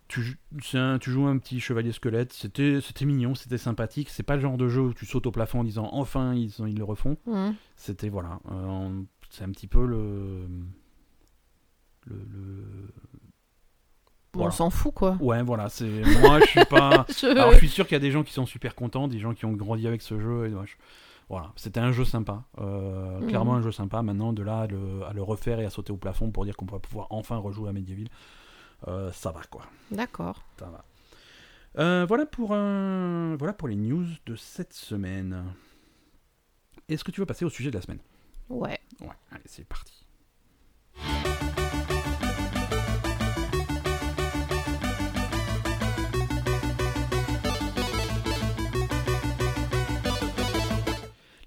Speaker 1: Tu, jou- c'est un- tu joues un petit chevalier squelette, c'était c'était mignon, c'était sympathique. C'est pas le genre de jeu où tu sautes au plafond en disant enfin ils, ont- ils le refont.
Speaker 2: Mhm.
Speaker 1: C'était voilà, euh, on- c'est un petit peu le. le, le-
Speaker 2: Bon,
Speaker 1: Voilà. Ah.
Speaker 2: On s'en fout, quoi.
Speaker 1: Ouais, voilà, c'est. Moi je suis pas.
Speaker 2: Je-
Speaker 1: Alors je suis sûr qu'il y a des gens qui sont super contents, des gens qui ont grandi avec ce jeu. Et moi, je- Voilà, c'était un jeu sympa. Euh,
Speaker 2: Mhm.
Speaker 1: Clairement un jeu sympa. Maintenant, de là à le, à le refaire et à sauter au plafond pour dire qu'on va pouvoir enfin rejouer à Medieval, euh, ça va quoi.
Speaker 2: D'accord.
Speaker 1: Ça va. Euh, voilà, pour, un- voilà pour les news de cette semaine. Est-ce que tu veux passer au sujet de la semaine
Speaker 2: Ouais.
Speaker 1: Ouais, allez, c'est parti.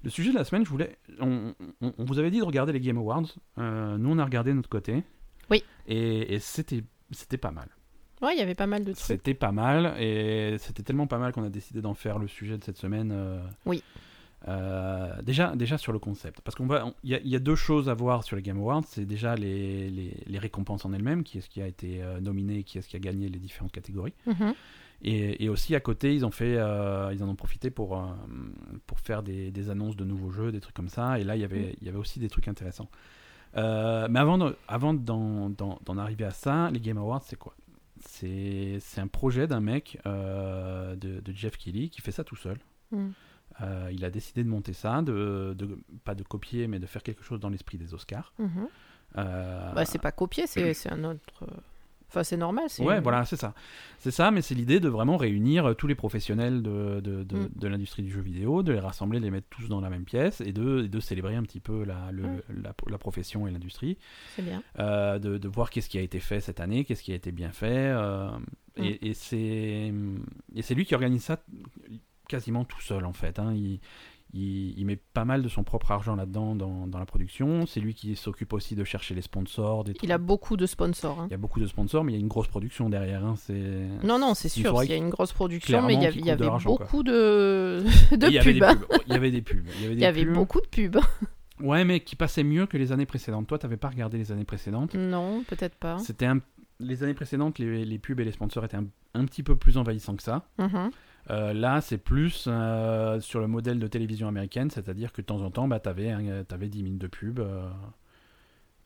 Speaker 1: Le sujet de la semaine, je voulais. On, on- on vous avait dit de regarder les Game Awards. Euh, nous, on a regardé de notre côté.
Speaker 2: Oui.
Speaker 1: Et, et c'était c'était pas mal.
Speaker 2: Ouais, il y avait pas mal de trucs.
Speaker 1: C'était pas mal et c'était tellement pas mal qu'on a décidé d'en faire le sujet de cette semaine. euh,
Speaker 2: Oui.
Speaker 1: euh, déjà, déjà sur le concept, parce qu'on va, on- il y, a- il y a deux choses à voir sur les Game Awards. C'est déjà les, les- les récompenses en elles-mêmes, qui est-ce qui a été euh, nominé, qui est-ce qui a gagné les différentes catégories.
Speaker 2: Mhm.
Speaker 1: Et, et aussi à côté, ils ont fait, euh, ils en ont profité pour euh, pour faire des, des annonces de nouveaux jeux, des trucs comme ça. Et là, il y avait, il y avait aussi des trucs intéressants. Euh, mais avant, de- avant d'en, d'en- d'en arriver à ça, les Game Awards, c'est quoi c'est, c'est un projet d'un mec euh, de, de Jeff Keighley qui fait ça tout seul.
Speaker 2: Mm.
Speaker 1: Euh, il a décidé de monter ça, de, de- pas de copier, mais de faire quelque chose dans l'esprit des Oscars.
Speaker 2: Mhm.
Speaker 1: Euh,
Speaker 2: Bah, c'est pas copié, c'est c'est un autre. euh, Enfin, c'est normal. c'est-
Speaker 1: Ouais, voilà, c'est ça. C'est ça, mais c'est l'idée de vraiment réunir euh, tous les professionnels de, de, de,
Speaker 2: Mm.
Speaker 1: de l'industrie du jeu vidéo, de les rassembler, de les mettre tous dans la même pièce et de, et de célébrer un petit peu la, le-
Speaker 2: Mm.
Speaker 1: la, la profession et l'industrie,
Speaker 2: C'est bien.
Speaker 1: euh, de, de voir qu'est-ce qui a été fait cette année, qu'est-ce qui a été bien fait. euh,
Speaker 2: Mm.
Speaker 1: et, et c'est et c'est lui qui organise ça quasiment tout seul, en fait. hein. Il, il, il met pas mal de son propre argent là-dedans, dans, dans la production. C'est lui qui s'occupe aussi de chercher les sponsors. Des
Speaker 2: Il a beaucoup de sponsors. hein.
Speaker 1: il y a beaucoup de sponsors, mais il y a une grosse production derrière. hein, c'est-
Speaker 2: Non, non, c'est
Speaker 1: Il
Speaker 2: sûr.
Speaker 1: faudrait
Speaker 2: Il y a une grosse production,
Speaker 1: clairement
Speaker 2: mais il y,
Speaker 1: qu'il
Speaker 2: avait- il y
Speaker 1: coûte de
Speaker 2: avait
Speaker 1: l'argent, quoi.
Speaker 2: beaucoup de, de
Speaker 1: Et il y avait des
Speaker 2: pubs. hein.
Speaker 1: pubs. Il y avait des pubs. Il y avait,
Speaker 2: Il
Speaker 1: des
Speaker 2: y avait
Speaker 1: pubs.
Speaker 2: beaucoup de pubs.
Speaker 1: Ouais, mais qui passaient mieux que les années précédentes. Toi, t'avais pas regardé les années précédentes.
Speaker 2: Non, peut-être pas.
Speaker 1: C'était un... les années précédentes, les, les pubs et les sponsors étaient un, un petit peu plus envahissants que ça.
Speaker 2: Mhm.
Speaker 1: Euh, là, c'est plus euh, sur le modèle de télévision américaine, c'est-à-dire que de temps en temps, bah, t'avais un- t'avais 10 minutes de pubs. euh,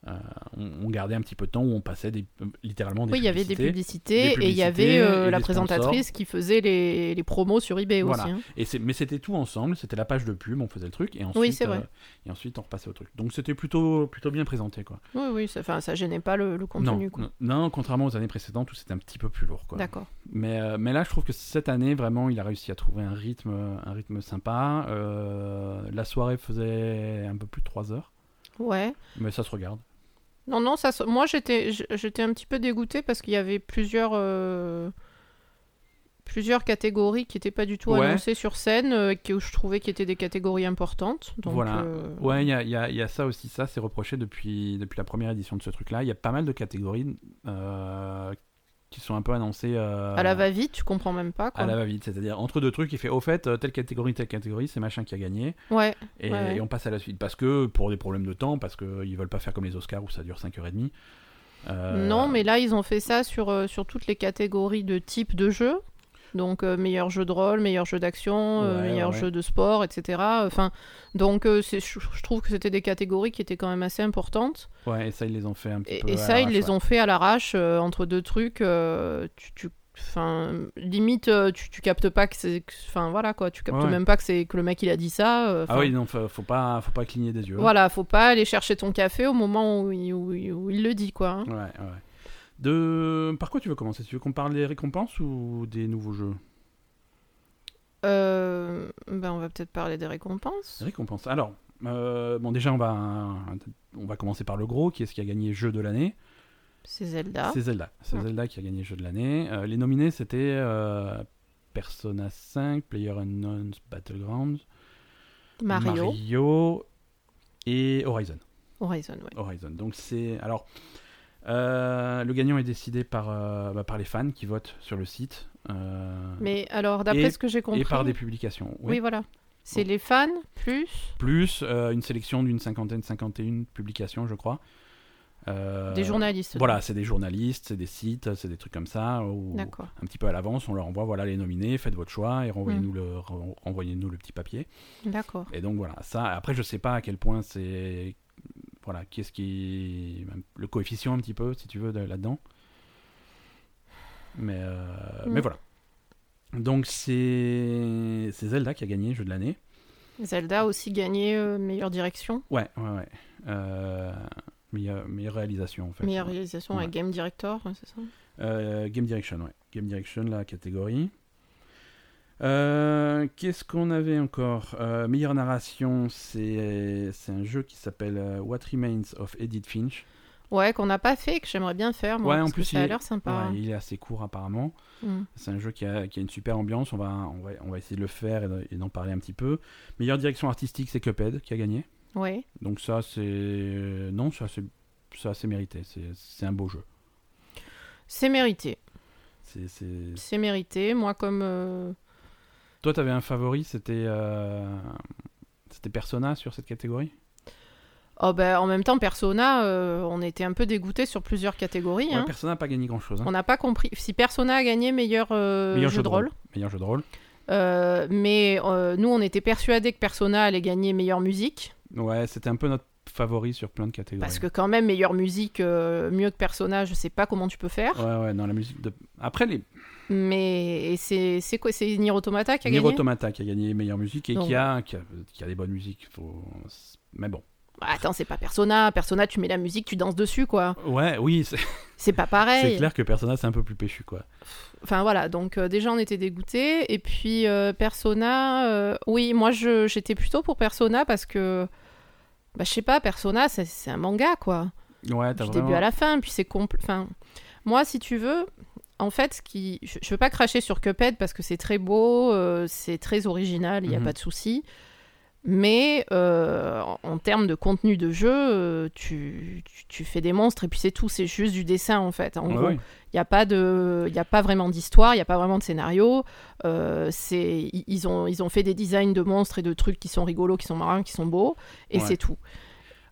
Speaker 1: euh, on, on gardait un petit peu de temps où on passait des, littéralement des
Speaker 2: Oui, il y avait des
Speaker 1: publicités.
Speaker 2: publicités,
Speaker 1: Des
Speaker 2: et il y
Speaker 1: publicités
Speaker 2: avait euh,
Speaker 1: et
Speaker 2: la
Speaker 1: des
Speaker 2: présentatrice qui faisait les, les promos sur eBay
Speaker 1: Voilà.
Speaker 2: aussi. hein.
Speaker 1: Et c'est- mais c'était tout ensemble, c'était la page de pub, on faisait le truc, et ensuite,
Speaker 2: c'est vrai.
Speaker 1: euh, et ensuite on repassait au truc. Donc c'était plutôt, plutôt bien présenté. Quoi.
Speaker 2: Oui, oui, ça, enfin, ça gênait pas le, le contenu.
Speaker 1: non,
Speaker 2: quoi.
Speaker 1: non, non, contrairement aux années précédentes où c'était un petit peu plus lourd. Quoi.
Speaker 2: D'accord.
Speaker 1: Mais, euh, mais là, je trouve que cette année, vraiment, il a réussi à trouver un rythme, un rythme sympa. Euh, la soirée faisait un peu plus de 3 heures,
Speaker 2: Ouais.
Speaker 1: mais ça se regarde.
Speaker 2: Non, non, ça, se- moi j'étais j- j'étais un petit peu dégoûtée parce qu'il y avait plusieurs, euh, plusieurs catégories qui n'étaient pas du tout
Speaker 1: Ouais.
Speaker 2: annoncées sur scène, euh, que je trouvais qui étaient des catégories importantes. Donc,
Speaker 1: Voilà.
Speaker 2: euh,
Speaker 1: Ouais, il y a, il y a- il y a ça aussi, ça c'est reproché depuis, depuis la première édition de ce truc-là. Il y a pas mal de catégories euh, qui sont un peu annoncées. euh,
Speaker 2: À la va-vite, tu comprends même pas. Quoi.
Speaker 1: à la va-vite, c'est-à-dire entre deux trucs, il fait au fait euh, telle catégorie, telle catégorie, c'est machin qui a gagné,
Speaker 2: Ouais,
Speaker 1: et,
Speaker 2: Ouais, ouais.
Speaker 1: et on passe à la suite parce que pour des problèmes de temps, parce que ils veulent pas faire comme les Oscars où ça dure 5h30. Euh,
Speaker 2: non, mais là ils ont fait ça sur, euh, sur toutes les catégories de type de jeu. Donc euh, meilleur jeu de rôle, meilleur jeu d'action, euh,
Speaker 1: Ouais,
Speaker 2: meilleur
Speaker 1: ouais.
Speaker 2: jeu de sport, etc. Enfin, donc euh, c'est- je je trouve que c'était des catégories qui étaient quand même assez importantes.
Speaker 1: ouais, et ça ils les ont fait un petit
Speaker 2: Et,
Speaker 1: peu.
Speaker 2: et
Speaker 1: à
Speaker 2: ça, ils
Speaker 1: l'arrache,
Speaker 2: les
Speaker 1: ouais.
Speaker 2: ont fait à l'arrache euh, entre deux trucs. euh, tu, tu- Enfin, limite, euh, tu, tu captes pas que c'est. que- Enfin, voilà quoi, tu captes
Speaker 1: Ouais, ouais.
Speaker 2: même pas que c'est que le mec il a dit ça. euh,
Speaker 1: Ah
Speaker 2: enfin,
Speaker 1: oui, non, faut, faut pas, faut pas cligner des yeux.
Speaker 2: Voilà, faut pas aller chercher ton café au moment où il, où il- où il le dit quoi. hein.
Speaker 1: Ouais, ouais. De... Par quoi tu veux commencer Tu veux qu'on parle des récompenses ou des nouveaux jeux
Speaker 2: Euh, ben, on va peut-être parler des récompenses.
Speaker 1: Des récompenses. Alors, euh, bon, déjà, on va, on va commencer par le gros, qui est ce qui a gagné jeu de l'année.
Speaker 2: C'est Zelda.
Speaker 1: C'est Zelda. C'est
Speaker 2: Ouais.
Speaker 1: Zelda qui a gagné jeu de l'année. Euh, les nominés, c'était euh, Persona 5, PlayerUnknown's Battlegrounds,
Speaker 2: Mario.
Speaker 1: Mario et Horizon.
Speaker 2: Horizon, ouais.
Speaker 1: Horizon. Donc c'est alors euh, le gagnant est décidé par euh, bah, par les fans qui votent sur le site euh,
Speaker 2: Mais alors,
Speaker 1: Et-
Speaker 2: d'après ce que j'ai compris.
Speaker 1: et par des publications. Oui.
Speaker 2: Oui, voilà. C'est les fans plus
Speaker 1: Plus euh, une sélection d'une cinquantaine, 51 publications, je crois. Euh,
Speaker 2: des journalistes.
Speaker 1: Voilà, c'est des journalistes, c'est des sites, c'est des trucs comme ça. Où,
Speaker 2: D'accord.
Speaker 1: un petit peu à l'avance, on leur envoie voilà les nominés, faites votre choix et
Speaker 2: Mm.
Speaker 1: renvoyez-nous le ren- renvoyez-nous le petit papier.
Speaker 2: D'accord.
Speaker 1: Et donc voilà, ça après je sais pas à quel point c'est voilà, qu'est-ce qui le coefficient un petit peu si tu veux de- là-dedans. Mais euh,
Speaker 2: Mm.
Speaker 1: mais voilà. Donc c'est c'est Zelda qui a gagné jeu de l'année.
Speaker 2: Zelda a aussi gagné euh, meilleure direction,
Speaker 1: Ouais, ouais ouais. Euh, meilleure, meilleure réalisation en fait.
Speaker 2: meilleure réalisation à
Speaker 1: Ouais.
Speaker 2: Game Director, hein, c'est ça
Speaker 1: Euh, Game Direction, ouais. Game Direction, la catégorie. Euh, Qu'est-ce qu'on avait encore Euh, Meilleure narration, c'est c'est un jeu qui s'appelle euh, What Remains of Edith Finch.
Speaker 2: Ouais, qu'on n'a pas fait, que j'aimerais bien faire. Moi,
Speaker 1: Ouais, en
Speaker 2: parce que
Speaker 1: plus,
Speaker 2: ça
Speaker 1: il est-
Speaker 2: a l'air sympa.
Speaker 1: Ouais, il est assez court apparemment.
Speaker 2: Mm.
Speaker 1: C'est un jeu qui a, qui a une super ambiance. On va, on va, on va essayer de le faire et de- et d'en parler un petit peu. Meilleure direction artistique, c'est Cuphead qui a gagné.
Speaker 2: Ouais.
Speaker 1: Donc ça, c'est non, ça c'est ça c'est mérité. C'est c'est un beau jeu.
Speaker 2: C'est mérité.
Speaker 1: C'est c'est-
Speaker 2: C'est mérité. Moi, comme. euh,
Speaker 1: Toi, t'avais un favori, c'était euh, c'était Persona sur cette catégorie.
Speaker 2: Oh, ben, en même temps, Persona, euh, on était un peu dégoûtés sur plusieurs catégories.
Speaker 1: Ouais,
Speaker 2: hein.
Speaker 1: Persona n'a pas gagné grand chose.
Speaker 2: On n'a pas compris. Si Persona a gagné meilleur, euh, jeu, de rôle,
Speaker 1: Meilleur jeu de rôle.
Speaker 2: euh, mais euh, nous, on était persuadés que Persona allait gagner meilleure musique.
Speaker 1: Ouais, c'était un peu notre favori sur plein de catégories.
Speaker 2: Parce que quand même, meilleure musique, euh, mieux que personnage, je sais pas comment tu peux faire.
Speaker 1: Ouais, ouais, dans la musique de. Après, les...
Speaker 2: Mais et c'est c'est quoi C'est Nier Automata qui a
Speaker 1: Nier
Speaker 2: gagné
Speaker 1: Automata qui a gagné meilleure musique et
Speaker 2: Donc.
Speaker 1: qui a, qui, a, qui a des bonnes musiques. Faut... Mais bon.
Speaker 2: Ah, Attends, c'est pas Persona. Persona, tu mets la musique, tu danses dessus, quoi.
Speaker 1: Ouais, oui, c'est
Speaker 2: C'est pas
Speaker 1: c'est
Speaker 2: pareil.
Speaker 1: clair que Persona, c'est un peu plus péchu, quoi.
Speaker 2: Enfin voilà, donc euh, déjà on était dégoûtés. Et puis euh, Persona, euh, oui, moi je- j'étais plutôt pour Persona parce que, bah, je sais pas, Persona c'est- c'est un manga, quoi.
Speaker 1: Ouais, t'as
Speaker 2: du
Speaker 1: vraiment.
Speaker 2: début à la fin, puis c'est compl- Enfin, moi, si tu veux, en fait, ce qui, je, je veux pas cracher sur Cuphead parce que c'est très beau, euh, c'est très original, il n'y a
Speaker 1: Mhm.
Speaker 2: pas de souci. Mais euh, en, en termes de contenu de jeu, euh, tu, tu, tu fais des monstres et puis c'est tout, c'est juste du dessin en fait. En
Speaker 1: Ouais,
Speaker 2: gros,
Speaker 1: Ah ouais.
Speaker 2: il n'y a pas de, il y a pas vraiment d'histoire, il n'y a pas vraiment de scénario. Euh, c'est, i- ils ont, ils ont fait des designs de monstres et de trucs qui sont rigolos, qui sont marrants, qui sont beaux, et
Speaker 1: Ouais.
Speaker 2: c'est tout.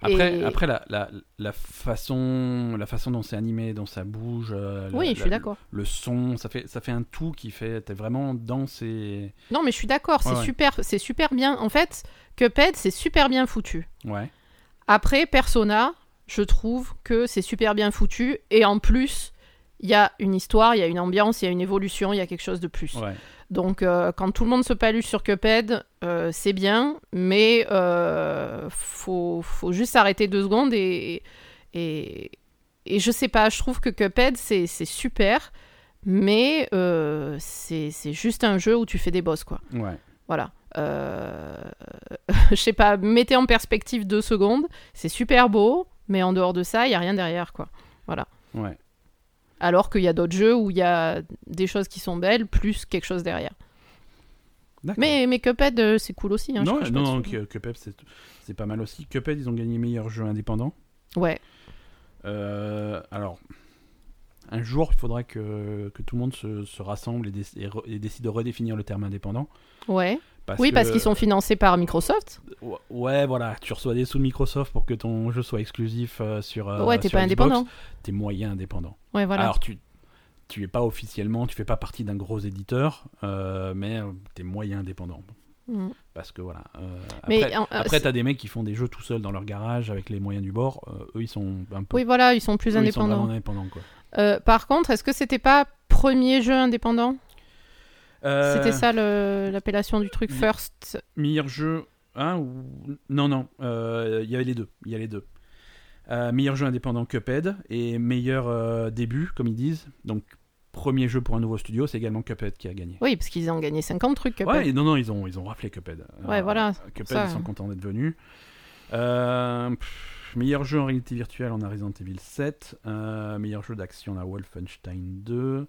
Speaker 1: Après,
Speaker 2: Et-
Speaker 1: après la, la, la façon, la façon dont c'est animé, dont ça bouge, euh, la-
Speaker 2: oui,
Speaker 1: la-
Speaker 2: je suis d'accord.
Speaker 1: Le son, ça fait, ça fait un tout qui fait. T'es vraiment dans ces.
Speaker 2: Non, mais je suis d'accord,
Speaker 1: Ouais,
Speaker 2: c'est
Speaker 1: ouais.
Speaker 2: super, c'est super bien. En fait, Cuphead, c'est super bien foutu.
Speaker 1: Ouais.
Speaker 2: Après, Persona, je trouve que c'est super bien foutu. Et en plus, il y a une histoire, il y a une ambiance, il y a une évolution, il y a quelque chose de plus.
Speaker 1: Ouais.
Speaker 2: Donc, euh, quand tout le monde se palue sur Cuphead, euh, c'est bien, mais euh, faut, faut juste s'arrêter deux secondes et, et, et je sais pas, je trouve que Cuphead, c'est c'est super, mais euh, c'est c'est juste un jeu où tu fais des boss, quoi.
Speaker 1: Ouais.
Speaker 2: Voilà. Euh, je sais pas, mettez en perspective deux secondes. C'est super beau, mais en dehors de ça, il y a rien derrière, quoi.
Speaker 1: Ouais.
Speaker 2: Alors qu'il y a d'autres jeux où il y a des choses qui sont belles, plus quelque chose derrière.
Speaker 1: D'accord.
Speaker 2: Mais, mais Cuphead, euh, c'est cool aussi. hein, je
Speaker 1: non,
Speaker 2: crache
Speaker 1: non,
Speaker 2: pas
Speaker 1: non,
Speaker 2: dessus.
Speaker 1: que- Cuphead, c'est, c'est pas mal aussi. Cuphead, ils ont gagné meilleur jeu indépendant.
Speaker 2: Ouais,
Speaker 1: Euh, alors, un jour, il faudra que, que tout le monde se, se rassemble et, dé- et re- et décide de redéfinir le terme indépendant.
Speaker 2: ouais. oui,
Speaker 1: que-
Speaker 2: parce qu'ils sont financés par Microsoft.
Speaker 1: Ou- Ouais, voilà, tu reçois des sous de Microsoft pour que ton jeu soit exclusif euh, sur. euh,
Speaker 2: ouais, t'es
Speaker 1: sur
Speaker 2: pas
Speaker 1: Xbox.
Speaker 2: indépendant.
Speaker 1: T'es moyen indépendant.
Speaker 2: Ouais, voilà.
Speaker 1: Alors, tu. Tu es pas officiellement, tu fais pas partie d'un gros éditeur, euh, mais euh, t'es moyen indépendant.
Speaker 2: Mm.
Speaker 1: Parce que voilà. euh,
Speaker 2: mais
Speaker 1: après,
Speaker 2: en- euh,
Speaker 1: Après,
Speaker 2: c'est-
Speaker 1: t'as des mecs qui font des jeux tout seuls dans leur garage avec les moyens du bord. euh, eux, ils sont un peu
Speaker 2: oui, voilà, ils sont
Speaker 1: eux,
Speaker 2: plus
Speaker 1: ils sont
Speaker 2: indépendants.
Speaker 1: vraiment indépendants, quoi.
Speaker 2: Euh, par contre, est-ce que c'était pas premier jeu indépendant
Speaker 1: Euh, Mm.
Speaker 2: C'était ça le- l'appellation du truc
Speaker 1: oui.
Speaker 2: First
Speaker 1: Meilleur jeu. Hein, ou... Non, non. euh, Il y avait les deux. Il y a les deux. Euh, meilleur jeu indépendant Cuphead et meilleur euh, début, comme ils disent. Donc, premier jeu pour un nouveau studio, c'est également Cuphead qui a gagné.
Speaker 2: Oui, parce qu'ils ont gagné 50 trucs. Cuphead.
Speaker 1: Ouais, et non, non, ils ont, ils ont raflé Cuphead. Euh,
Speaker 2: Ouais, voilà,
Speaker 1: Cuphead,
Speaker 2: ça.
Speaker 1: ils sont contents d'être venus. Euh, pff, meilleur jeu en réalité virtuelle, on a Resident Evil 7. Euh, meilleur jeu d'action, on a Wolfenstein 2.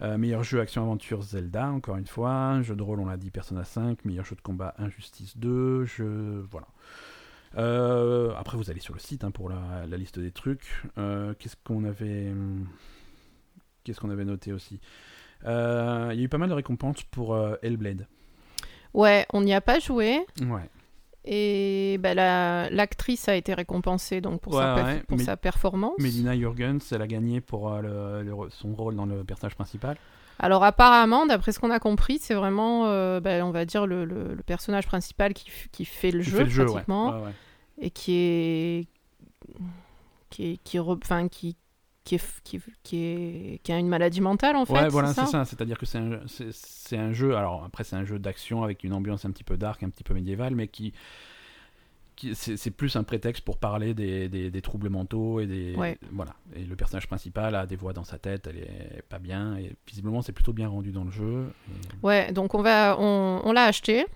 Speaker 1: Euh, meilleur jeu action-aventure, Zelda, encore une fois. Jeu de rôle, on l'a dit, Persona 5. Meilleur jeu de combat, Injustice 2. Jeu... Voilà. Euh, après, vous allez sur le site hein, pour la, la liste des trucs. Euh, Qu'est-ce qu'on avait... hum, Qu'est-ce qu'on avait noté aussi Euh, Il y a eu pas mal de récompenses pour euh, Hellblade.
Speaker 2: Ouais, on n'y a pas joué.
Speaker 1: Ouais.
Speaker 2: Et bah, la- l'actrice a été récompensée donc pour, sa,
Speaker 1: Ouais,
Speaker 2: perf-
Speaker 1: ouais,
Speaker 2: pour
Speaker 1: mais-
Speaker 2: sa performance.
Speaker 1: Melina Jurgens, elle a gagné pour euh, le- le- son rôle dans le personnage principal.
Speaker 2: Alors apparemment, d'après ce qu'on a compris, c'est vraiment, euh, bah, on va dire, le, le- le personnage principal qui, f- qui fait le
Speaker 1: Qui
Speaker 2: jeu,
Speaker 1: fait le jeu, ouais.
Speaker 2: pratiquement,
Speaker 1: Ouais, ouais.
Speaker 2: et qui est... Qui, est- qui, re- enfin, qui, qui, est f- qui, qui est- qui a une maladie mentale, en fait.
Speaker 1: Ouais,
Speaker 2: c'est
Speaker 1: voilà,
Speaker 2: ça
Speaker 1: c'est ça. C'est-à-dire que c'est un, c'est- c'est un jeu. Alors après, c'est un jeu d'action avec une ambiance un petit peu dark, un petit peu médiévale, mais qui, qui c'est c'est plus un prétexte pour parler des, des- des troubles mentaux et des
Speaker 2: Ouais.
Speaker 1: voilà. Et le personnage principal a des voix dans sa tête. Elle est pas bien et visiblement, c'est plutôt bien rendu dans le jeu. Et-
Speaker 2: Ouais, donc on, va- on, on l'a acheté.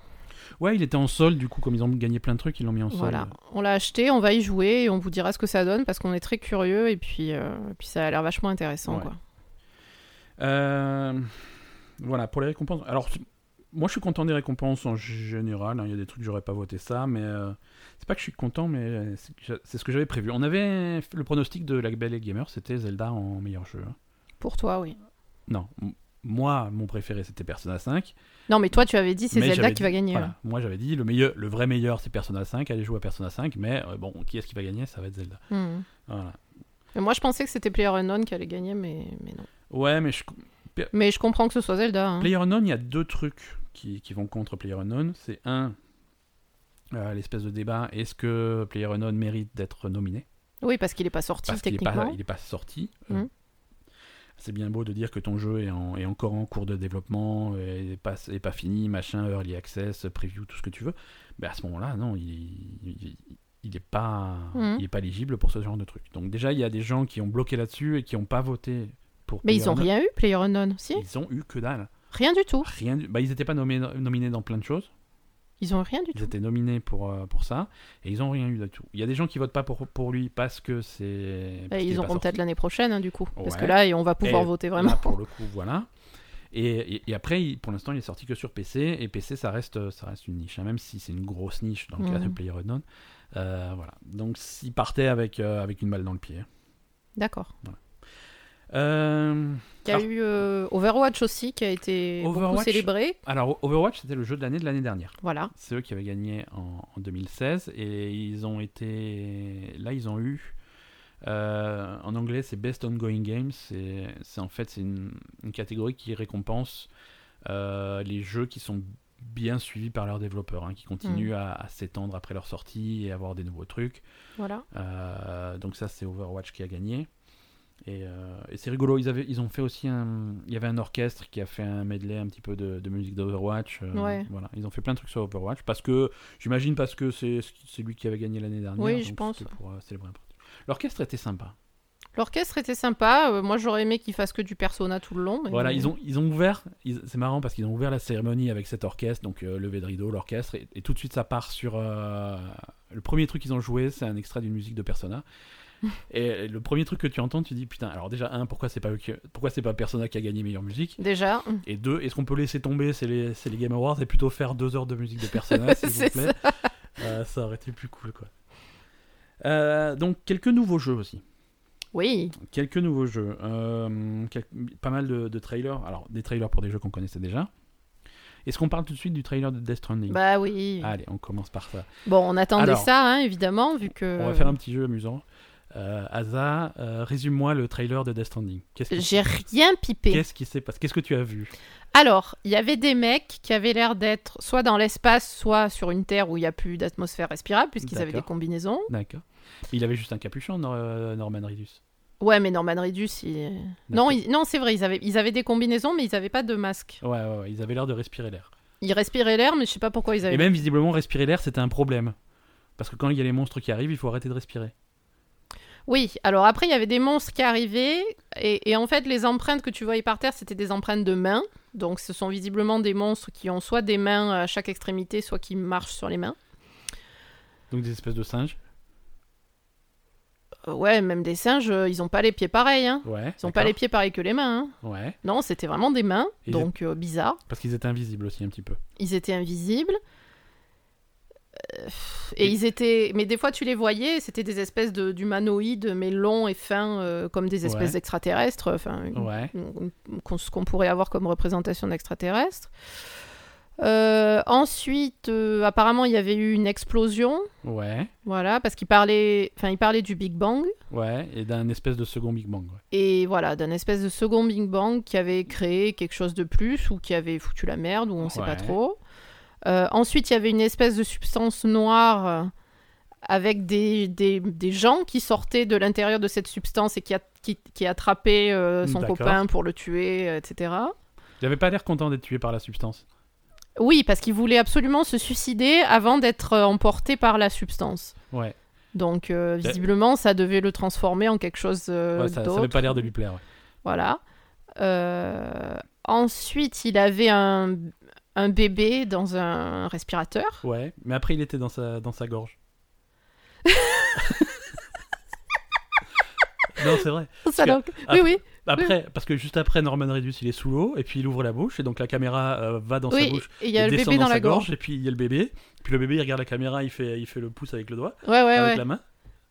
Speaker 1: Ouais, il était en solde du coup, comme ils ont gagné plein de trucs, ils l'ont mis en solde.
Speaker 2: Voilà, on l'a acheté, on va y jouer et on vous dira ce que ça donne parce qu'on est très curieux et puis, euh, et puis ça a l'air vachement intéressant.
Speaker 1: Ouais.
Speaker 2: Quoi.
Speaker 1: Euh, voilà, pour les récompenses. Alors, c- moi, je suis content des récompenses en général. hein. Il y a des trucs, j'aurais pas voté ça, mais euh, c'est pas que je suis content, mais euh, c'est que j'a- c'est ce que j'avais prévu. On avait fait le pronostic de la Belle et Gamer, c'était Zelda en meilleur jeu. hein.
Speaker 2: Pour toi, oui.
Speaker 1: Non, m- moi, mon préféré, c'était Persona 5.
Speaker 2: Non, mais toi, tu avais dit c'est
Speaker 1: Mais
Speaker 2: Zelda
Speaker 1: j'avais
Speaker 2: qui
Speaker 1: dit-
Speaker 2: va gagner. hein.
Speaker 1: Voilà, moi, j'avais dit le meilleur, le vrai meilleur, c'est Persona 5. Allez jouer à Persona 5, mais euh, bon, qui est-ce qui va gagner Ça va être Zelda.
Speaker 2: ouais. Hmm.
Speaker 1: Voilà.
Speaker 2: Mais moi, je pensais que c'était PlayerUnknown qui allait gagner, mais, mais non.
Speaker 1: Ouais, mais je,
Speaker 2: Mais je comprends que ce soit Zelda. hein.
Speaker 1: PlayerUnknown, il y a deux trucs qui, qui vont contre PlayerUnknown. C'est un, euh, l'espèce de débat, est-ce que PlayerUnknown mérite d'être nominé
Speaker 2: Oui, parce qu'il n'est pas sorti
Speaker 1: Parce qu'il n'est
Speaker 2: techniquement.
Speaker 1: pas, il est pas sorti. Euh,
Speaker 2: Mhm.
Speaker 1: C'est bien beau de dire que ton jeu est, en- est encore en cours de développement, est pas, est pas fini, machin, early access, preview, tout ce que tu veux. Mais à ce moment-là, non, il il- il n'est pas,
Speaker 2: Mhm.
Speaker 1: il est pas éligible pour ce genre de truc. Donc déjà, il y a des gens qui ont bloqué là-dessus et qui n'ont pas voté pour
Speaker 2: Mais ils n'ont
Speaker 1: PlayerUnknown.
Speaker 2: rien eu, PlayerUnknown, si
Speaker 1: Ils ont eu que dalle.
Speaker 2: Rien du tout.
Speaker 1: Rien du- bah, ils n'étaient pas nommés, nominés dans plein de choses.
Speaker 2: Ils ont rien du
Speaker 1: Ils
Speaker 2: tout.
Speaker 1: étaient nominés pour, euh, pour ça et ils n'ont rien eu du tout. Il y a des gens qui votent pas pour, pour lui parce que c'est. parce
Speaker 2: Et
Speaker 1: qu'il est
Speaker 2: Bah, ils
Speaker 1: pas
Speaker 2: auront
Speaker 1: sorti.
Speaker 2: peut-être l'année prochaine, hein, du coup. Parce
Speaker 1: Ouais.
Speaker 2: que là, et on va pouvoir
Speaker 1: Et
Speaker 2: voter
Speaker 1: Là,
Speaker 2: vraiment.
Speaker 1: pour le coup, voilà. Et, et- et après, il- pour l'instant, il est sorti que sur PC et PC, ça reste, ça reste une niche, hein, même si c'est une grosse niche dans le cas
Speaker 2: Mhm.
Speaker 1: de PlayerUnknown. Euh, voilà. Donc, s'il partait avec, euh, avec une balle dans le pied.
Speaker 2: D'accord.
Speaker 1: Euh,
Speaker 2: Il y a
Speaker 1: Alors-
Speaker 2: eu euh, Overwatch aussi qui a été beaucoup
Speaker 1: Overwatch-
Speaker 2: célébré.
Speaker 1: alors, Overwatch, c'était le jeu de l'année de l'année dernière.
Speaker 2: Voilà.
Speaker 1: C'est eux qui avaient gagné en, en 2016 et ils ont été. Là, ils ont eu. euh, en anglais, c'est Best Ongoing Games. C'est c'est- en fait c'est une, une catégorie qui récompense euh, les jeux qui sont bien suivis par leurs développeurs, hein, qui continuent à, à s'étendre après leur sortie et avoir des nouveaux trucs.
Speaker 2: voilà.
Speaker 1: Euh, donc ça, c'est Overwatch qui a gagné. Et, euh, et c'est rigolo. Ils avaient, ils ont fait aussi un. Il y avait un orchestre qui a fait un medley un petit peu de, de musique d'Overwatch. euh,
Speaker 2: Ouais.
Speaker 1: Voilà, ils ont fait plein de trucs sur Overwatch parce que j'imagine parce que c'est c'est lui qui avait gagné l'année dernière.
Speaker 2: Oui, je
Speaker 1: donc
Speaker 2: pense,
Speaker 1: c'était
Speaker 2: ouais.
Speaker 1: pour, euh, célébrer un peu. L'orchestre était sympa.
Speaker 2: L'orchestre était sympa. euh, moi, j'aurais aimé qu'ils fassent que du persona tout le long. mais-
Speaker 1: Voilà, ils ont, ils ont ouvert. ils- C'est marrant parce qu'ils ont ouvert la cérémonie avec cet orchestre, donc euh, levé de rideau, l'orchestre, et, et tout de suite ça part sur. euh, le premier truc qu'ils ont joué, c'est un extrait d'une musique de Persona. Et le premier truc que tu entends, tu dis putain. Alors déjà un, pourquoi c'est pas eux qui- pourquoi c'est pas Persona qui a gagné meilleure musique
Speaker 2: Déjà,
Speaker 1: Et deux, est-ce qu'on peut laisser tomber c'est les, c'est les Game Awards et plutôt faire deux heures de musique de Persona, s'il vous
Speaker 2: C'est
Speaker 1: plaît Euh, Ça aurait été plus cool quoi. Euh, donc quelques nouveaux jeux aussi.
Speaker 2: oui.
Speaker 1: Quelques nouveaux jeux. Euh, quel- pas mal de, de trailers. Alors, des trailers pour des jeux qu'on connaissait déjà. Est-ce qu'on parle tout de suite du trailer de Death Stranding
Speaker 2: Bah oui.
Speaker 1: Allez, on commence par ça.
Speaker 2: Bon, on attendait
Speaker 1: Alors-
Speaker 2: ça, hein, évidemment, vu que
Speaker 1: On va faire un petit jeu amusant. Euh, Asa, euh, résume-moi le trailer de Death Stranding. Qu'est-ce qui
Speaker 2: j'ai rien pipé.
Speaker 1: qu'est-ce qui s'est passé Qu'est-ce que tu as vu
Speaker 2: Alors, il y avait des mecs qui avaient l'air d'être soit dans l'espace, soit sur une terre où il n'y a plus d'atmosphère respirable, puisqu'ils avaient des
Speaker 1: D'accord.
Speaker 2: combinaisons.
Speaker 1: D'accord. Il avait juste un capuchon, Nor- euh, Norman Reedus.
Speaker 2: Ouais, mais Norman Reedus, il... non, il- non, c'est vrai, ils avaient, ils avaient des combinaisons, mais ils avaient pas de masque.
Speaker 1: Ouais, ouais, ouais, ils avaient l'air de respirer l'air.
Speaker 2: Ils respiraient l'air, mais je sais pas pourquoi ils avaient.
Speaker 1: Et même visiblement, respirer l'air, c'était un problème. Parce que quand il y a les monstres qui arrivent, il faut arrêter de respirer.
Speaker 2: Oui, alors après, il y avait des monstres qui arrivaient, et, et en fait, les empreintes que tu voyais par terre, c'était des empreintes de mains. Donc, ce sont visiblement des monstres qui ont soit des mains à chaque extrémité, soit qui marchent sur les mains.
Speaker 1: Donc des espèces de singes.
Speaker 2: Euh, ouais, même des singes, euh, ils ont pas les pieds pareils. hein.
Speaker 1: Ouais.
Speaker 2: Ils ont pas les
Speaker 1: d'accord.
Speaker 2: pieds pareils que les mains. hein.
Speaker 1: Ouais.
Speaker 2: Non, c'était vraiment des mains,
Speaker 1: Ils-
Speaker 2: donc euh, bizarre.
Speaker 1: Parce qu'ils étaient invisibles aussi un petit peu.
Speaker 2: Ils étaient invisibles. Euh, Et
Speaker 1: Et-
Speaker 2: ils étaient. Mais des fois, tu les voyais, c'était des espèces de- d'humanoïdes, mais longs et fins, euh, comme des espèces
Speaker 1: Ouais.
Speaker 2: d'extraterrestres. Enfin, une-
Speaker 1: Ouais.
Speaker 2: une- une- qu'on- ce qu'on pourrait avoir comme représentation d'extraterrestres. Euh, ensuite, euh, apparemment, il y avait eu une explosion.
Speaker 1: Ouais.
Speaker 2: Voilà, parce qu'il parlait, enfin, il parlait du Big Bang.
Speaker 1: Ouais. Et d'un espèce de second Big Bang. ouais.
Speaker 2: Et voilà, d'un espèce de second Big Bang qui avait créé quelque chose de plus ou qui avait foutu la merde ou on sait
Speaker 1: Ouais.
Speaker 2: pas trop. Euh, ensuite, il y avait une espèce de substance noire euh, avec des, des, des gens qui sortaient de l'intérieur de cette substance et qui, a- qui, qui attrapaient euh, son
Speaker 1: D'accord.
Speaker 2: copain pour le tuer, euh, etc.
Speaker 1: Il avait pas l'air content d'être tué par la substance.
Speaker 2: Oui, parce qu'il voulait absolument se suicider avant d'être euh, emporté par la substance.
Speaker 1: Ouais.
Speaker 2: Donc, euh, visiblement, ça devait le transformer en quelque chose euh,
Speaker 1: Ouais, ça, ça
Speaker 2: d'autre.
Speaker 1: avait pas l'air de lui plaire. ouais.
Speaker 2: Voilà. Euh, ensuite, il avait un, un bébé dans un respirateur.
Speaker 1: Ouais. Mais après, il était dans sa, dans sa gorge. non, c'est vrai.
Speaker 2: Ça l'a-
Speaker 1: Oh. après-
Speaker 2: Oui, oui.
Speaker 1: Après, parce que juste après, Norman Reedus, il est sous l'eau, et puis il ouvre la bouche, et donc la caméra euh, va dans sa
Speaker 2: Oui,
Speaker 1: bouche.
Speaker 2: et il y a
Speaker 1: et
Speaker 2: le
Speaker 1: descend
Speaker 2: bébé dans
Speaker 1: sa
Speaker 2: la gorge.
Speaker 1: et puis il y a le bébé. Puis le bébé, il regarde la caméra, il fait, il fait le pouce avec le doigt,
Speaker 2: Ouais, ouais,
Speaker 1: avec
Speaker 2: ouais.
Speaker 1: la main.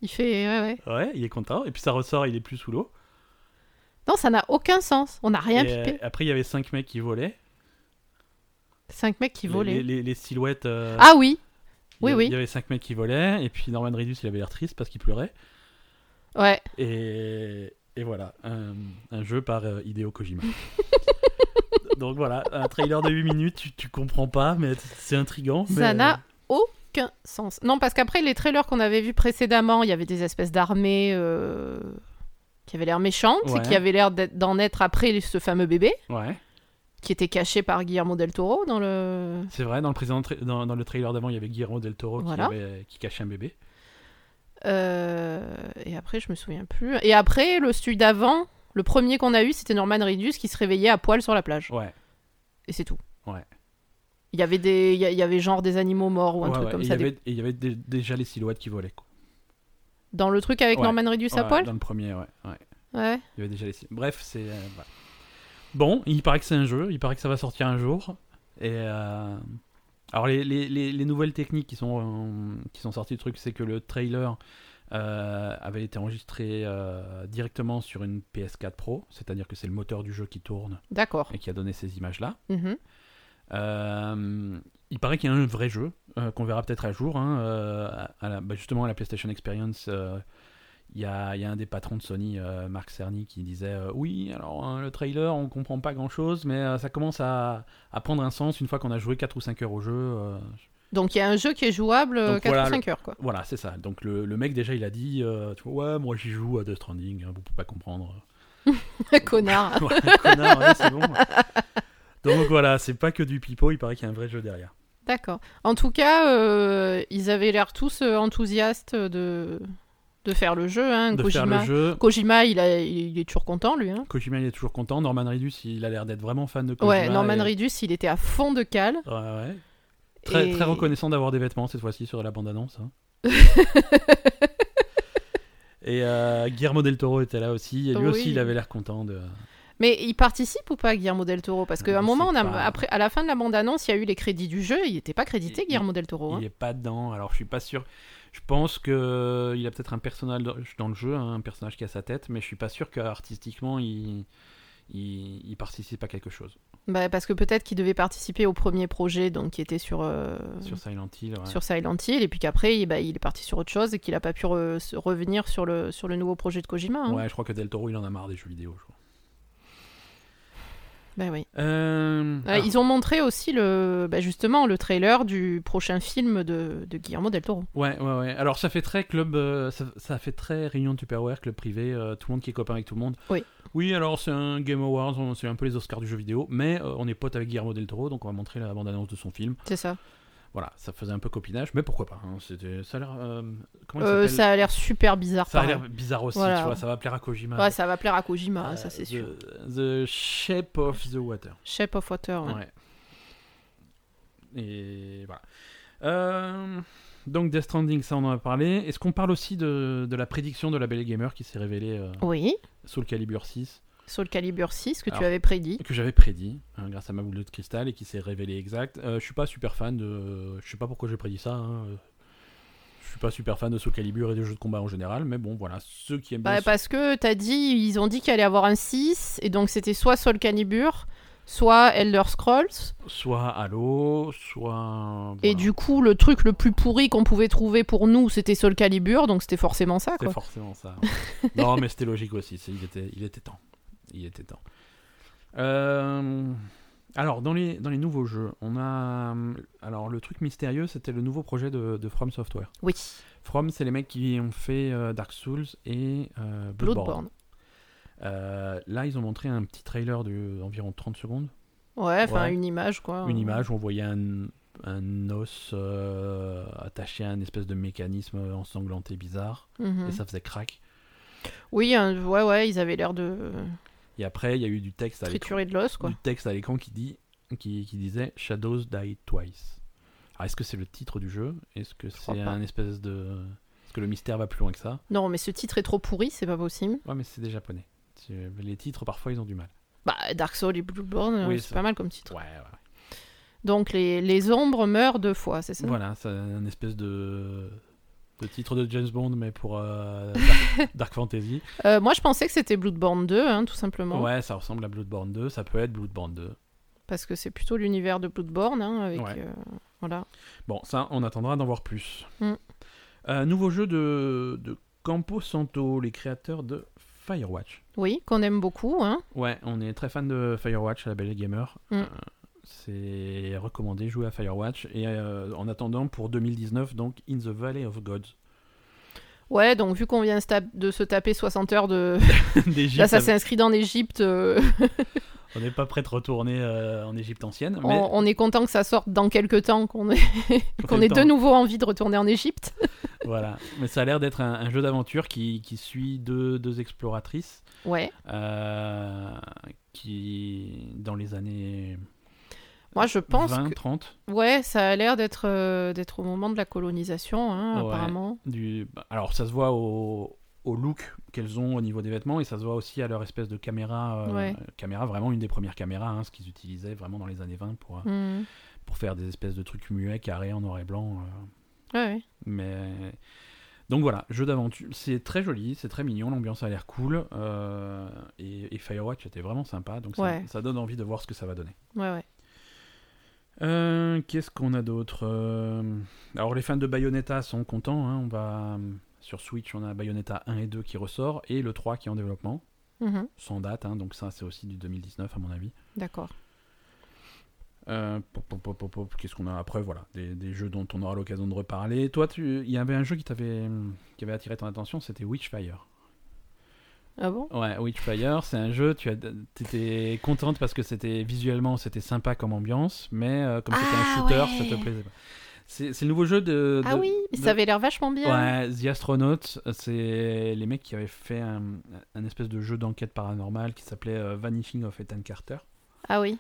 Speaker 2: Il fait. ouais, ouais.
Speaker 1: Ouais, il est content. Et puis ça ressort, il est plus sous l'eau.
Speaker 2: Non, ça n'a aucun sens. On n'a rien
Speaker 1: Et, euh,
Speaker 2: pipé.
Speaker 1: après, il y avait cinq mecs qui volaient.
Speaker 2: Cinq mecs qui
Speaker 1: Les-
Speaker 2: volaient.
Speaker 1: Les, les- les silhouettes. euh,
Speaker 2: Ah
Speaker 1: il
Speaker 2: oui,
Speaker 1: y
Speaker 2: oui,
Speaker 1: avait-
Speaker 2: oui.
Speaker 1: Il y avait cinq mecs qui volaient, et puis Norman Reedus, il avait l'air triste parce qu'il pleurait.
Speaker 2: ouais.
Speaker 1: Et, et voilà, un, un jeu par euh, Hideo Kojima. Donc voilà, un trailer de 8 minutes, tu, tu comprends pas, mais c'est intriguant. mais- euh,
Speaker 2: Ça n'a aucun sens. Non, parce qu'après, les trailers qu'on avait vus précédemment, il y avait des espèces d'armées euh, qui avaient l'air méchantes
Speaker 1: Ouais.
Speaker 2: et qui avaient l'air d'être- d'en être après ce fameux bébé
Speaker 1: euh, Ouais,
Speaker 2: qui était caché par Guillermo del Toro dans le.
Speaker 1: c'est vrai, dans le, président tra- dans, dans le trailer d'avant, il y avait Guillermo del Toro
Speaker 2: Voilà.
Speaker 1: qui, avait- qui cachait un bébé.
Speaker 2: Euh, et après, je me souviens plus. Et après, le studio d'avant, le premier qu'on a eu, c'était Norman Reedus qui se réveillait à poil sur la plage.
Speaker 1: Ouais,
Speaker 2: Et c'est tout.
Speaker 1: Ouais.
Speaker 2: Il y avait des, il y a- il y avait genre des animaux morts ou un
Speaker 1: ouais,
Speaker 2: truc
Speaker 1: ouais,
Speaker 2: comme
Speaker 1: et
Speaker 2: ça.
Speaker 1: il y
Speaker 2: des-
Speaker 1: avait, et il y avait dé- déjà les silhouettes qui volaient. quoi.
Speaker 2: Dans le truc avec
Speaker 1: Ouais.
Speaker 2: Norman Reedus à
Speaker 1: Ouais,
Speaker 2: poil.
Speaker 1: Dans le premier, ouais, ouais.
Speaker 2: Ouais.
Speaker 1: Il y avait déjà les silhouettes. Bref, c'est. euh, voilà. Bon, il paraît que c'est un jeu, il paraît que ça va sortir un jour. Et. euh, Alors, les, les- les- les nouvelles techniques qui sont, euh, qui sont sorties du truc, c'est que le trailer euh, avait été enregistré euh, directement sur une PS4 Pro, c'est-à-dire que c'est le moteur du jeu qui tourne
Speaker 2: D'accord.
Speaker 1: et qui a donné ces images-là.
Speaker 2: Mhm.
Speaker 1: Euh, il paraît qu'il y a un vrai jeu euh, qu'on verra peut-être un jour. hein, euh, à la- bah, justement, à la PlayStation Experience, euh, il y, a, il y a un des patrons de Sony, euh, Marc Cerny, qui disait euh, Oui, alors hein, le trailer, on comprend pas grand-chose, mais euh, ça commence à, à prendre un sens une fois qu'on a joué 4 ou 5 heures au jeu. euh,
Speaker 2: Donc il y a un jeu qui est jouable euh,
Speaker 1: Donc,
Speaker 2: 4
Speaker 1: voilà,
Speaker 2: ou 5 heures quoi.
Speaker 1: voilà, c'est ça. Donc le, le mec, déjà, il a dit euh, tu vois, Ouais, moi j'y joue à Death Stranding, hein, vous pouvez pas comprendre.
Speaker 2: Connard.
Speaker 1: Ouais, connard, ouais, c'est bon. Donc voilà, c'est pas que du pipeau, il paraît qu'il y a un vrai jeu derrière.
Speaker 2: D'accord. En tout cas, euh, ils avaient l'air tous euh, enthousiastes de de faire le jeu. Hein.
Speaker 1: De faire
Speaker 2: Kojima.
Speaker 1: le jeu,
Speaker 2: Kojima, il, a- il est toujours content lui. Hein.
Speaker 1: Kojima il est toujours content, Norman Reedus il a l'air d'être vraiment fan de Kojima.
Speaker 2: Ouais, Norman
Speaker 1: et-
Speaker 2: Reedus, il était à fond de cale.
Speaker 1: Ouais, ouais. Très,
Speaker 2: Et-
Speaker 1: très reconnaissant d'avoir des vêtements cette fois-ci sur la bande-annonce. hein. et euh, Guillermo del Toro était là aussi, et lui
Speaker 2: Oui.
Speaker 1: aussi il avait l'air content de...
Speaker 2: Mais il participe ou pas, Guillermo del Toro Parce
Speaker 1: Je
Speaker 2: qu'à un moment,
Speaker 1: sais
Speaker 2: on a-
Speaker 1: pas.
Speaker 2: après, à la fin de la bande-annonce, il y a eu les crédits du jeu, il n'était pas crédité,
Speaker 1: Il-
Speaker 2: Guillermo del Toro. hein.
Speaker 1: Il est pas dedans, alors je suis pas sûr. Je pense que il a peut-être un personnage dans- dans le jeu, hein, un personnage qui a sa tête, mais je suis pas sûr qu'artistiquement il... Il... il participe à quelque chose.
Speaker 2: Bah, parce que peut-être qu'il devait participer au premier projet, donc qui était sur, euh,
Speaker 1: Sur Silent Hill, ouais.
Speaker 2: sur Silent Hill, et puis qu'après, il- bah, il est parti sur autre chose et qu'il n'a pas pu re- se- revenir sur le, sur le nouveau projet de Kojima. hein.
Speaker 1: Ouais, je crois que Del Toro il en a marre des jeux vidéo. Je crois.
Speaker 2: Ben oui.
Speaker 1: Euh,
Speaker 2: Euh,
Speaker 1: alors,
Speaker 2: Ils ont montré aussi le, bah, justement le trailer du prochain film de, de Guillermo del Toro.
Speaker 1: Ouais, ouais, ouais. Alors ça fait très club, euh, ça, ça fait très réunion Tupperware, club privé, euh, tout le monde qui est copain avec tout le monde.
Speaker 2: Oui.
Speaker 1: Oui, alors c'est un Game Awards, on- c'est un peu les Oscars du jeu vidéo, mais euh, on est pote avec Guillermo del Toro, donc on va montrer la bande-annonce de son film.
Speaker 2: C'est ça.
Speaker 1: Voilà, ça faisait un peu copinage, mais pourquoi pas. hein, c'était, ça a l'air. euh, comment il
Speaker 2: Euh,
Speaker 1: s'appelle
Speaker 2: ça a l'air super bizarre.
Speaker 1: Ça a
Speaker 2: pareil.
Speaker 1: l'air bizarre aussi,
Speaker 2: Voilà.
Speaker 1: tu vois, ça va plaire à Kojima.
Speaker 2: Ouais, ça va plaire à Kojima,
Speaker 1: Euh,
Speaker 2: ça c'est
Speaker 1: the-
Speaker 2: sûr.
Speaker 1: The Shape of the Water.
Speaker 2: Shape of Water. hein. ouais.
Speaker 1: Ouais. Et voilà. Euh, donc Death Stranding, ça on en a parlé. Est-ce qu'on parle aussi de, de la prédiction de la Belle et Gamer qui s'est révélée euh,
Speaker 2: Oui.
Speaker 1: sous le calibre 6
Speaker 2: Soul Calibur 6 que tu
Speaker 1: Alors.
Speaker 2: avais prédit.
Speaker 1: que j'avais prédit hein, grâce à ma boule de cristal et qui s'est révélée exacte. Euh, je suis pas super fan de. Je sais pas pourquoi j'ai prédit ça. hein, euh, Je suis pas super fan de Soul Calibur et des jeux de combat en général, mais bon, voilà, ceux qui aiment
Speaker 2: Bah,
Speaker 1: bien
Speaker 2: parce que t'as dit, ils ont dit qu'il allait avoir un 6, et donc c'était soit Soul Calibur, soit Elder Scrolls,
Speaker 1: soit Halo, soit.
Speaker 2: et
Speaker 1: voilà,
Speaker 2: du coup le truc le plus pourri qu'on pouvait trouver pour nous c'était Soul Calibur, donc c'était forcément ça
Speaker 1: C'était
Speaker 2: Ah, quoi.
Speaker 1: forcément ça. ouais. non, mais c'était logique aussi. c'est- Il était, il était temps. Il était temps. Euh, alors, dans les, dans les nouveaux jeux, on a. euh, Alors, le truc mystérieux, c'était le nouveau projet de, de From Software.
Speaker 2: Oui,
Speaker 1: From, c'est les mecs qui ont fait euh, Dark Souls et euh, Bloodborne.
Speaker 2: Bloodborne.
Speaker 1: Euh, là, ils ont montré un petit trailer d'environ 30 secondes.
Speaker 2: Ouais, enfin
Speaker 1: Ouais.
Speaker 2: une image quoi.
Speaker 1: Une image où on voyait un, un os euh, attaché à un espèce de mécanisme ensanglanté bizarre.
Speaker 2: Mhm.
Speaker 1: Et ça faisait crack.
Speaker 2: Oui, un- ouais, ouais, ils avaient l'air de
Speaker 1: Et après, il y a eu du texte à l'écran.
Speaker 2: triturer de l'os quoi.
Speaker 1: du texte à l'écran qui dit qui, qui disait Shadows Die Twice. Alors est-ce que c'est le titre du jeu Est-ce que
Speaker 2: crois
Speaker 1: c'est
Speaker 2: pas.
Speaker 1: un espèce de est-ce que le mystère va plus loin que ça
Speaker 2: Non, mais ce titre est trop pourri, c'est pas possible.
Speaker 1: Ouais, mais c'est des japonais. Tu- Les titres parfois ils ont du mal.
Speaker 2: Bah, Dark Souls et Bloodborne, euh,
Speaker 1: Oui,
Speaker 2: c'est
Speaker 1: ça.
Speaker 2: pas mal comme titre.
Speaker 1: Ouais, ouais.
Speaker 2: Donc les, les ombres meurent deux fois, c'est ça
Speaker 1: Voilà, c'est un espèce de de titre de James Bond mais pour euh, Dark, Dark Fantasy.
Speaker 2: Euh, Moi je pensais que c'était Bloodborne 2, hein, tout simplement.
Speaker 1: Ouais, ça ressemble à Bloodborne 2, ça peut être Bloodborne 2.
Speaker 2: parce que c'est plutôt l'univers de Bloodborne, hein, avec
Speaker 1: Ouais.
Speaker 2: euh, voilà.
Speaker 1: Bon, ça, on attendra d'en voir plus.
Speaker 2: Mm.
Speaker 1: Euh, nouveau jeu de, de Campo Santo, les créateurs de Firewatch.
Speaker 2: Oui, qu'on aime beaucoup, hein.
Speaker 1: Ouais, on est très fan de Firewatch à la Belle Gamer.
Speaker 2: Mm.
Speaker 1: Euh, c'est recommandé, jouer à Firewatch. Et euh, en attendant, pour 2019, donc In the Valley of Gods.
Speaker 2: Ouais, donc vu qu'on vient se tap- de se taper 60 heures de
Speaker 1: D'Égypte,
Speaker 2: d'Assassin's Creed en Égypte, euh,
Speaker 1: on n'est pas prêt de retourner euh, en Égypte ancienne.
Speaker 2: on,
Speaker 1: mais
Speaker 2: on est content que ça sorte dans quelques temps, qu'on ait, qu'on ait
Speaker 1: temps.
Speaker 2: de nouveau envie de retourner en Égypte.
Speaker 1: Voilà. Mais ça a l'air d'être un, un jeu d'aventure qui, qui suit deux, deux exploratrices
Speaker 2: Ouais.
Speaker 1: euh, qui, dans les années
Speaker 2: Moi, je pense
Speaker 1: 20,
Speaker 2: que
Speaker 1: 30.
Speaker 2: ouais, ça a l'air d'être euh, d'être au moment de la colonisation, hein,
Speaker 1: Ouais.
Speaker 2: apparemment.
Speaker 1: Du... bah, Alors, ça se voit au, au look qu'elles ont au niveau des vêtements et ça se voit aussi à leur espèce de caméra. euh,
Speaker 2: Ouais.
Speaker 1: Caméra, vraiment une des premières caméras, hein, ce qu'ils utilisaient vraiment dans les années 20 pour, euh,
Speaker 2: Hmm.
Speaker 1: pour faire des espèces de trucs muets, carrés en noir et blanc. euh,
Speaker 2: Ouais, ouais.
Speaker 1: mais. Donc voilà, jeu d'aventure, c'est très joli, c'est très mignon, l'ambiance a l'air cool, euh, et, et Firewatch était vraiment sympa, donc ça-
Speaker 2: Ouais.
Speaker 1: ça donne envie de voir ce que ça va donner.
Speaker 2: ouais, ouais.
Speaker 1: Euh, Qu'est-ce qu'on a d'autre Euh, Alors les fans de Bayonetta sont contents. hein, On va sur Switch, on a Bayonetta 1 et 2 qui ressort et le 3 qui est en développement,
Speaker 2: Mhm.
Speaker 1: sans date. hein, donc ça, c'est aussi du 2019 à mon avis.
Speaker 2: D'accord.
Speaker 1: Euh, pop, pop, pop, pop, pop, Qu'est-ce qu'on a après Voilà, des, des jeux dont on aura l'occasion de reparler. Toi, tu- il y avait un jeu qui t'avait qui avait attiré ton attention, c'était Witchfire.
Speaker 2: Ah bon
Speaker 1: Ouais, Witchfire, c'est un jeu. Tu as, étais contente parce que c'était visuellement c'était sympa comme ambiance, mais euh, comme c'était
Speaker 2: Ah
Speaker 1: un shooter,
Speaker 2: ouais.
Speaker 1: ça te plaisait pas. C'est c'est le nouveau jeu de,
Speaker 2: Ah
Speaker 1: de-
Speaker 2: oui, mais
Speaker 1: de-
Speaker 2: ça avait l'air vachement bien.
Speaker 1: Ouais, The Astronaut, euh, c'est les mecs qui avaient fait un, un espèce de jeu d'enquête paranormale qui s'appelait euh, Vanishing of Ethan Carter.
Speaker 2: Ah oui.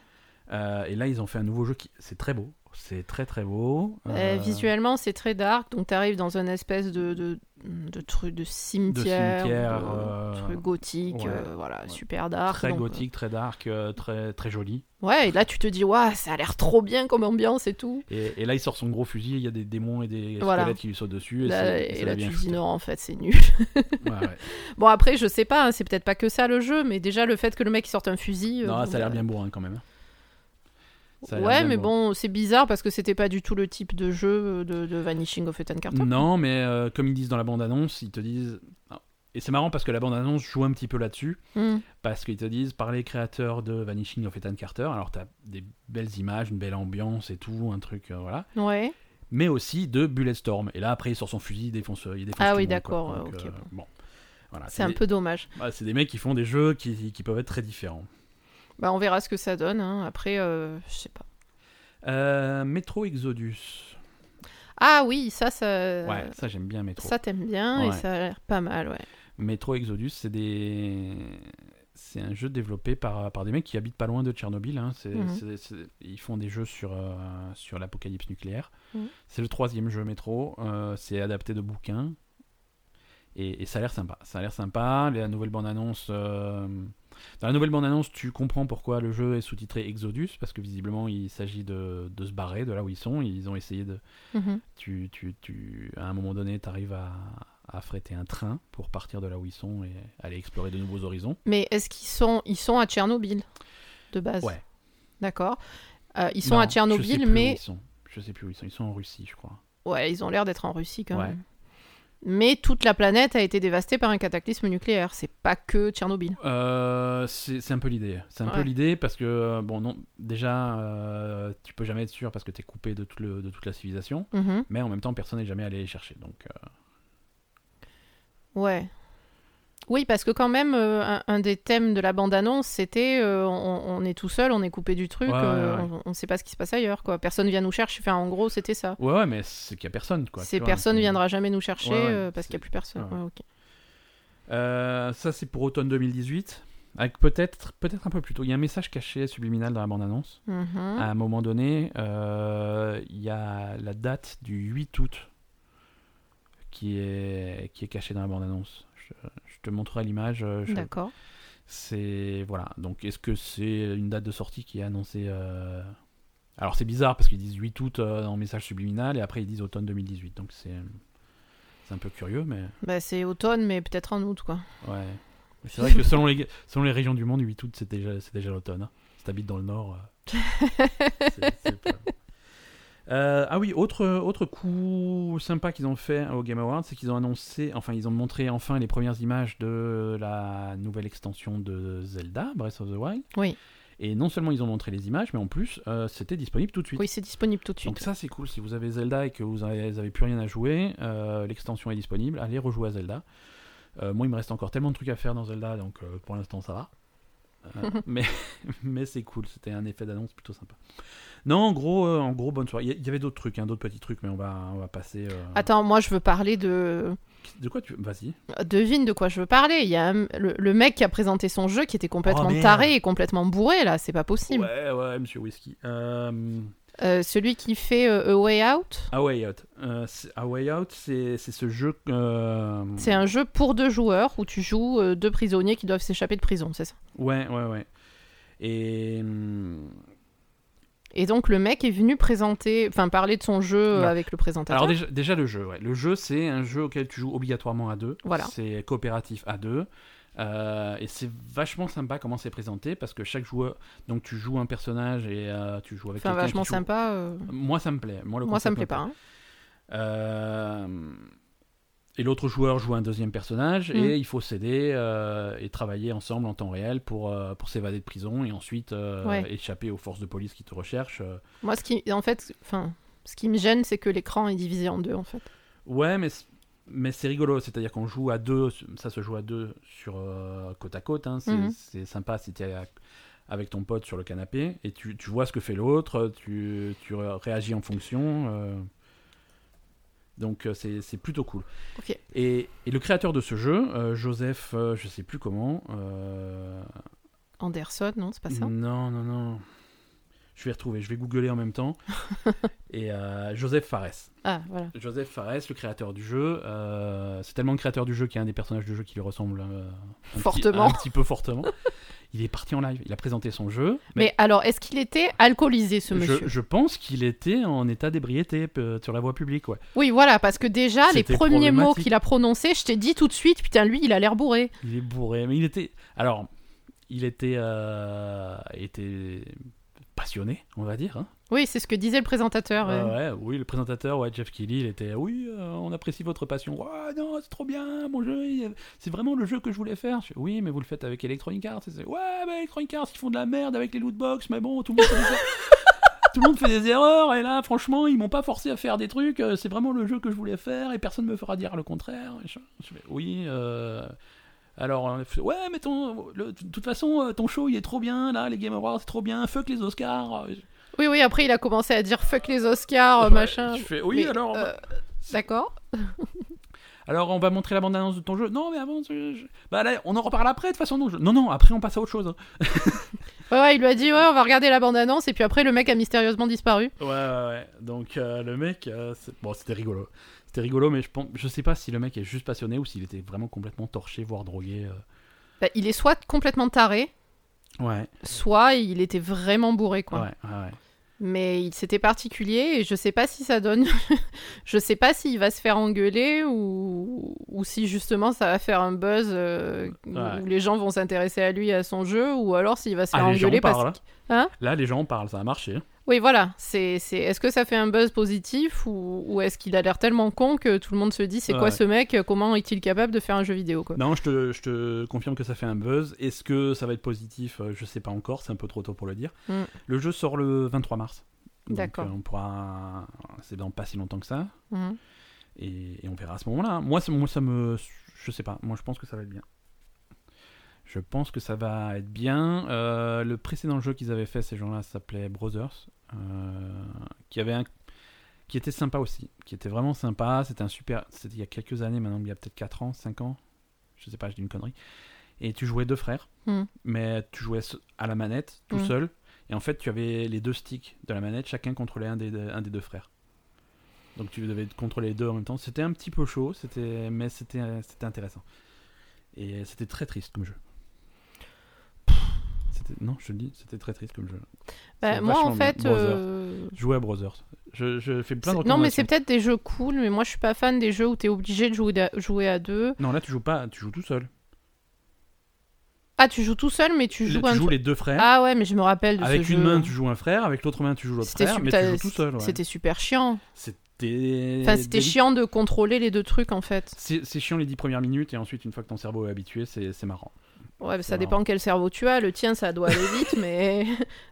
Speaker 1: Euh, et là, ils ont fait un nouveau jeu qui. C'est très beau. C'est très très beau.
Speaker 2: Euh,
Speaker 1: Euh,
Speaker 2: visuellement, c'est très dark, donc t'arrives dans une espèce de, de, de truc de
Speaker 1: De
Speaker 2: cimetière,
Speaker 1: cimetière.
Speaker 2: de
Speaker 1: euh,
Speaker 2: truc gothique,
Speaker 1: ouais,
Speaker 2: euh, voilà,
Speaker 1: ouais.
Speaker 2: super dark.
Speaker 1: très
Speaker 2: donc, euh,
Speaker 1: gothique, très dark, euh, très, très joli.
Speaker 2: Ouais, et là tu te dis, waouh, ça a l'air trop bien comme ambiance et tout.
Speaker 1: Et, et là, il sort son gros fusil, il y a des démons et des
Speaker 2: Voilà.
Speaker 1: squelettes qui lui sautent dessus. Et,
Speaker 2: Là,
Speaker 1: c'est- et
Speaker 2: et
Speaker 1: ça
Speaker 2: là
Speaker 1: devient
Speaker 2: tu
Speaker 1: un
Speaker 2: te dis,
Speaker 1: shooter.
Speaker 2: non, en fait, c'est nul.
Speaker 1: Ouais, ouais.
Speaker 2: bon, après, je sais pas, hein, c'est peut-être pas que ça le jeu, mais déjà le fait que le mec il sorte un fusil. euh,
Speaker 1: Non,
Speaker 2: bon,
Speaker 1: ça a l'air
Speaker 2: bah,
Speaker 1: bien bourrin quand même. Ça a l'air
Speaker 2: Ouais,
Speaker 1: bien
Speaker 2: mais
Speaker 1: bourrin.
Speaker 2: bon, c'est bizarre parce que c'était pas du tout le type de jeu de, de Vanishing of Ethan Carter.
Speaker 1: Mm. Non, mais euh, comme ils disent dans la bande-annonce, ils te disent. Et c'est marrant parce que la bande-annonce joue un petit peu là-dessus,
Speaker 2: Hmm.
Speaker 1: parce qu'ils te disent par les créateurs de Vanishing of Ethan Carter. Alors t'as des belles images, une belle ambiance et tout, un truc, euh, voilà.
Speaker 2: Ouais.
Speaker 1: Mais aussi de Bulletstorm. Et là après il sort son fusil, il défonce, il défonce
Speaker 2: Ah
Speaker 1: tout le monde, quoi.
Speaker 2: oui, d'accord,
Speaker 1: Donc, euh,
Speaker 2: ok, bon.
Speaker 1: bon. Voilà,
Speaker 2: C'est un
Speaker 1: des-
Speaker 2: peu dommage.
Speaker 1: bah, Ah, c'est des mecs qui font des jeux qui, qui peuvent être très différents.
Speaker 2: Bah, on verra ce que ça donne. hein. Après, euh, je sais pas.
Speaker 1: Euh, Metro Exodus.
Speaker 2: Ah oui, ça, ça,
Speaker 1: Ouais, ça j'aime bien Metro.
Speaker 2: ça t'aimes bien et
Speaker 1: Ouais.
Speaker 2: ça a l'air pas mal, ouais.
Speaker 1: Metro Exodus, c'est des... C'est un jeu développé par, par des mecs qui habitent pas loin de Tchernobyl. hein. C'est-
Speaker 2: Mhm.
Speaker 1: c'est- c'est- ils font des jeux sur, euh, sur l'apocalypse nucléaire.
Speaker 2: Mhm.
Speaker 1: C'est le troisième jeu Metro. euh, c'est adapté de bouquins. Et, et ça a l'air sympa. Ça a l'air sympa. La nouvelle bande-annonce. euh, Dans la nouvelle bande-annonce, tu comprends pourquoi le jeu est sous-titré Exodus. Parce que visiblement, il s'agit de, de se barrer de là où ils sont. Ils ont essayé de,
Speaker 2: Mhm.
Speaker 1: tu, tu, tu, à un moment donné, tu arrives à, à fréter un train pour partir de là où ils sont et aller explorer de nouveaux horizons.
Speaker 2: Mais est-ce qu'ils sont, ils sont à Tchernobyl de base
Speaker 1: Ouais.
Speaker 2: D'accord. Euh, ils sont
Speaker 1: Non,
Speaker 2: à
Speaker 1: je sais
Speaker 2: Tchernobyl,
Speaker 1: plus où
Speaker 2: mais
Speaker 1: ils sont. Je sais plus où ils sont. Ils sont en Russie, je crois.
Speaker 2: ouais, ils ont l'air d'être en Russie quand
Speaker 1: Ouais.
Speaker 2: même. Mais toute la planète a été dévastée par un cataclysme nucléaire. C'est pas que Tchernobyl.
Speaker 1: Euh, c'est c'est un peu l'idée. C'est un peu
Speaker 2: Ouais.
Speaker 1: l'idée parce que, euh, bon, non, déjà, euh, tu peux jamais être sûr parce que tu es coupé de, tout le, de toute la civilisation,
Speaker 2: Mhm.
Speaker 1: mais en même temps, personne n'est jamais allé les chercher. Donc, euh,
Speaker 2: Ouais. Oui, parce que quand même, euh, un, un des thèmes de la bande-annonce, c'était euh, on, on est tout seul, on est coupé du truc,
Speaker 1: Ouais,
Speaker 2: euh,
Speaker 1: ouais, ouais.
Speaker 2: on- on ne sait pas ce qui se passe ailleurs, quoi. Personne vient nous chercher. Enfin, en gros, c'était ça.
Speaker 1: ouais, ouais, mais c'est qu'il n'y a personne. Quoi,
Speaker 2: C'est
Speaker 1: tu vois,
Speaker 2: personne
Speaker 1: c'est-
Speaker 2: viendra jamais nous chercher
Speaker 1: Ouais, ouais,
Speaker 2: euh, parce
Speaker 1: c'est-
Speaker 2: qu'il n'y a plus personne.
Speaker 1: ouais.
Speaker 2: Ouais, ok.
Speaker 1: Euh, ça, c'est pour automne 2018. Avec peut-être peut un peu plus tôt. Il y a un message caché subliminal dans la bande-annonce.
Speaker 2: Mhm.
Speaker 1: À un moment donné, euh, il y a la date du 8 août qui est, qui est cachée dans la bande-annonce. Je, je te montrerai l'image. euh, je-
Speaker 2: D'accord.
Speaker 1: C'est voilà. Donc, est-ce que c'est une date de sortie qui est annoncée euh, Alors, c'est bizarre parce qu'ils disent 8 août euh, en message subliminal et après ils disent automne 2018. Donc, c'est c'est un peu curieux, mais
Speaker 2: Bah, c'est automne, mais peut-être en août, quoi.
Speaker 1: ouais. Mais C'est vrai que selon les selon les régions du monde, 8 août c'est déjà c'est déjà l'automne. hein. Si t'habites dans le nord. euh, C'est- c'est pas- Euh, ah oui, autre, autre coup sympa qu'ils ont fait au Game Awards, c'est qu'ils ont annoncé, enfin ils ont montré enfin les premières images de la nouvelle extension de Zelda, Breath of the Wild.
Speaker 2: Oui.
Speaker 1: Et non seulement ils ont montré les images, mais en plus euh, c'était disponible tout de suite.
Speaker 2: oui, c'est disponible tout de
Speaker 1: Donc
Speaker 2: suite.
Speaker 1: ça c'est cool, si vous avez Zelda et que vous avez, vous avez plus rien à jouer, euh, l'extension est disponible, allez rejouer à Zelda. Euh, moi il me reste encore tellement de trucs à faire dans Zelda, donc euh, pour l'instant ça va. Euh, mais mais c'est cool, c'était un effet d'annonce plutôt sympa. Non, en gros, euh, en gros bonne soirée. Il y a- il y, avait d'autres trucs, hein, d'autres petits trucs, mais on va, on va passer... euh,
Speaker 2: Attends, moi, je veux parler de.
Speaker 1: De quoi tu... Vas-y.
Speaker 2: Devine de quoi je veux parler. Il y a un- le, le mec qui a présenté son jeu qui était complètement
Speaker 1: Oh, merde.
Speaker 2: taré et complètement bourré, là. C'est pas possible.
Speaker 1: Ouais, ouais, monsieur Whisky. Euh...
Speaker 2: Euh, celui qui fait euh, A Way Out,
Speaker 1: A Way Out. Euh, c'est- A Way Out, c'est c'est ce jeu... euh,
Speaker 2: c'est un jeu pour deux joueurs où tu joues euh, deux prisonniers qui doivent s'échapper de prison, c'est ça
Speaker 1: Ouais, ouais, ouais. Et... hum,
Speaker 2: Et donc, le mec est venu présenter, enfin, parler de son jeu euh,
Speaker 1: Ouais.
Speaker 2: avec le présentateur.
Speaker 1: Alors déjà, déjà le jeu, ouais. Le jeu, c'est un jeu auquel tu joues obligatoirement à deux.
Speaker 2: Voilà.
Speaker 1: C'est coopératif à deux. Euh, et c'est vachement sympa comment c'est présenté parce que chaque joueur, donc tu joues un personnage et euh, tu joues avec
Speaker 2: enfin,
Speaker 1: quelqu'un.
Speaker 2: vachement
Speaker 1: qui joue-
Speaker 2: sympa. euh,
Speaker 1: Moi, ça me plaît. Moi, le
Speaker 2: Moi, ça me
Speaker 1: concept
Speaker 2: plaît pas. hein.
Speaker 1: Euh, et l'autre joueur joue un deuxième personnage
Speaker 2: Mm.
Speaker 1: et il faut s'aider euh, et travailler ensemble en temps réel pour, euh, pour s'évader de prison et ensuite euh,
Speaker 2: Ouais.
Speaker 1: échapper aux forces de police qui te recherchent. euh,
Speaker 2: Moi, ce qui, en fait, enfin, ce qui me gêne, c'est que l'écran est divisé en deux, en fait.
Speaker 1: Ouais, mais c- mais c'est rigolo, c'est-à-dire qu'on joue à deux, ça se joue à deux sur euh, côte à côte, hein, c'est
Speaker 2: Mhm.
Speaker 1: c'est sympa si t'es à- avec ton pote sur le canapé et tu, tu vois ce que fait l'autre, tu, tu ré- réagis en fonction, euh, donc euh, c'est c'est plutôt cool.
Speaker 2: Ok.
Speaker 1: Et, et le créateur de ce jeu, euh, Joseph, euh, je sais plus comment, euh,
Speaker 2: Anderson, non, c'est pas ça
Speaker 1: non, non, non. Je vais retrouver, je vais googler en même temps. et euh, Joseph Fares.
Speaker 2: Ah, voilà.
Speaker 1: Joseph Fares, le créateur du jeu, euh, c'est tellement le créateur du jeu qu'il y a un des personnages du jeu qui lui ressemble euh, un petit-
Speaker 2: Fortement.
Speaker 1: un petit peu fortement. Il est parti en live, il a présenté son jeu.
Speaker 2: Mais, alors, est-ce qu'il était alcoolisé, ce
Speaker 1: je,
Speaker 2: monsieur
Speaker 1: je pense qu'il était en état d'ébriété euh, sur la voie publique. Ouais.
Speaker 2: Oui, voilà, parce que déjà, les
Speaker 1: C'était
Speaker 2: premiers mots
Speaker 1: problématique.
Speaker 2: qu'il a prononcés, je t'ai dit tout de suite, putain, lui, il a l'air bourré.
Speaker 1: Il est bourré, mais il était. Alors, il était, euh, était passionné, on va dire. hein.
Speaker 2: Oui, c'est ce que disait le présentateur.
Speaker 1: Ah
Speaker 2: euh.
Speaker 1: ouais, oui, le présentateur, ouais, Jeff Keighley, il était oui, euh, on apprécie votre passion. Ouais, non, c'est trop bien, mon jeu, il- c'est vraiment le jeu que je voulais faire. Je fais, oui, mais vous le faites avec Electronic Arts. Et c'est, ouais, mais Electronic Arts, ils font de la merde avec les lootbox, mais bon, tout le monde fait des, er-, tout le monde fait des erreurs. Et là, franchement, ils m'ont pas forcé à faire des trucs. euh, C'est vraiment le jeu que je voulais faire et personne me fera dire le contraire. Et Je, je fais, oui, euh, alors, euh, f- ouais, mais ton, le- de toute façon, euh, ton show, il est trop bien, là, les Game Awards, c'est trop bien, fuck les Oscars.
Speaker 2: Oui, oui, après il a commencé à dire fuck les Oscars, euh,
Speaker 1: Ouais,
Speaker 2: machin.
Speaker 1: Je fais, oui,
Speaker 2: Mais,
Speaker 1: alors,
Speaker 2: euh, D'accord.
Speaker 1: Alors on va montrer la bande-annonce de ton jeu. Non mais avant, je- je- bah là, on en reparle après de toute façon. donc je- Non non, après on passe à autre chose. hein.
Speaker 2: Ouais, ouais, il lui a dit, ouais, on va regarder la bande-annonce, et puis après le mec a mystérieusement disparu.
Speaker 1: Ouais ouais ouais. Donc euh, le mec, euh, c'est- bon c'était rigolo, c'était rigolo, mais je pense, je sais pas si le mec est juste passionné ou s'il était vraiment complètement torché, voire drogué. euh.
Speaker 2: Bah, il est soit complètement taré,
Speaker 1: Ouais,
Speaker 2: soit il était vraiment bourré, quoi.
Speaker 1: ouais, ouais, ouais.
Speaker 2: Mais il c'était particulier, et je sais pas si ça donne. je sais pas s'il va se faire engueuler, ou... ou si justement ça va faire un buzz euh,
Speaker 1: Ouais.
Speaker 2: où les gens vont s'intéresser à lui, et à son jeu, ou alors s'il va se faire
Speaker 1: Ah les gens en
Speaker 2: engueuler parce
Speaker 1: parlent.
Speaker 2: Hein
Speaker 1: Là les gens en parlent, ça a marché.
Speaker 2: Oui, voilà. C'est, c'est... Est-ce que ça fait un buzz positif ou, ou est-ce qu'il a l'air tellement con que tout le monde se dit c'est
Speaker 1: Ouais.
Speaker 2: quoi ce mec Comment est-il capable de faire un jeu vidéo quoi
Speaker 1: Non, je te, je te confirme que ça fait un buzz. Est-ce que ça va être positif Euh, Je sais pas encore, c'est un peu trop tôt pour le dire.
Speaker 2: Mm.
Speaker 1: Le jeu sort le 23 mars. Donc,
Speaker 2: D'accord.
Speaker 1: euh, on pourra, c'est dans pas si longtemps que ça.
Speaker 2: Mhm.
Speaker 1: et, et on verra à ce moment-là. hein. Moi, ça- moi, ça me. Je sais pas. Moi, je pense que ça va être bien. Je pense que ça va être bien. Euh, le précédent jeu qu'ils avaient fait, ces gens-là, s'appelait Brothers, euh, qui avait un, qui était sympa aussi, qui était vraiment sympa. C'était un super. C'était il y a quelques années maintenant, il y a peut-être 4 ans, 5 ans. Je sais pas, je dis une connerie. Et tu jouais deux frères,
Speaker 2: Hmm.
Speaker 1: mais tu jouais se- à la manette tout
Speaker 2: Hmm.
Speaker 1: seul. Et en fait, tu avais les deux sticks de la manette, chacun contrôlait un des, un des deux frères. Donc tu devais contrôler les deux en même temps. C'était un petit peu chaud, c'était, mais c'était, c'était intéressant. Et c'était très triste comme jeu. C'était- Non, je te le dis, c'était très triste comme jeu.
Speaker 2: Bah,
Speaker 1: C'est
Speaker 2: moi, en
Speaker 1: vachement bien.
Speaker 2: fait.
Speaker 1: Brother.
Speaker 2: euh,
Speaker 1: Jouer à Brothers. Je, je fais plein de
Speaker 2: c'est- Non, mais c'est
Speaker 1: recommandations.
Speaker 2: peut-être des jeux cool, mais moi je suis pas fan des jeux où t'es obligé de jouer, d'a- jouer à deux.
Speaker 1: Non, là tu joues pas, tu joues tout seul.
Speaker 2: Ah, tu joues tout seul, mais tu
Speaker 1: Tu
Speaker 2: joues
Speaker 1: joues,
Speaker 2: un. truc-
Speaker 1: les deux frères.
Speaker 2: Ah ouais, mais je me rappelle de
Speaker 1: avec
Speaker 2: ce
Speaker 1: une
Speaker 2: jeu.
Speaker 1: main tu joues un frère, avec l'autre main tu joues l'autre
Speaker 2: C'était
Speaker 1: frère,
Speaker 2: su-
Speaker 1: mais
Speaker 2: t'as-
Speaker 1: tu joues tout seul. ouais.
Speaker 2: C'était super chiant.
Speaker 1: C'était.
Speaker 2: Enfin, c'était
Speaker 1: délicat.
Speaker 2: chiant de contrôler les deux trucs en fait.
Speaker 1: C'est c'est chiant les dix premières minutes et ensuite une fois que ton cerveau est habitué, c'est c'est marrant.
Speaker 2: Ouais, mais ça
Speaker 1: marrant.
Speaker 2: dépend quel cerveau tu as. Le tien, ça doit aller vite, mais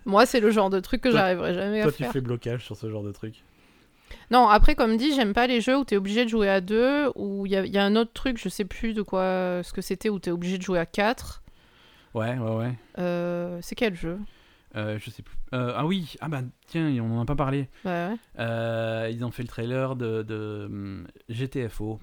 Speaker 2: moi, c'est le genre de truc que
Speaker 1: Toi-
Speaker 2: j'arriverai jamais à
Speaker 1: Toi,
Speaker 2: faire.
Speaker 1: tu fais blocage sur ce genre de truc.
Speaker 2: Non, après, comme dit, j'aime pas les jeux où t'es obligé de jouer à deux, où il y, a- il y a un autre truc, je sais plus de quoi euh, ce que c'était, où t'es obligé de jouer à quatre.
Speaker 1: Ouais, ouais, ouais.
Speaker 2: Euh, c'est quel jeu
Speaker 1: Euh, je sais plus. Euh, ah oui, ah bah tiens, on en a pas parlé.
Speaker 2: Bah Ouais, ouais.
Speaker 1: Euh, ils ont fait le trailer de, de, hum, GTFO.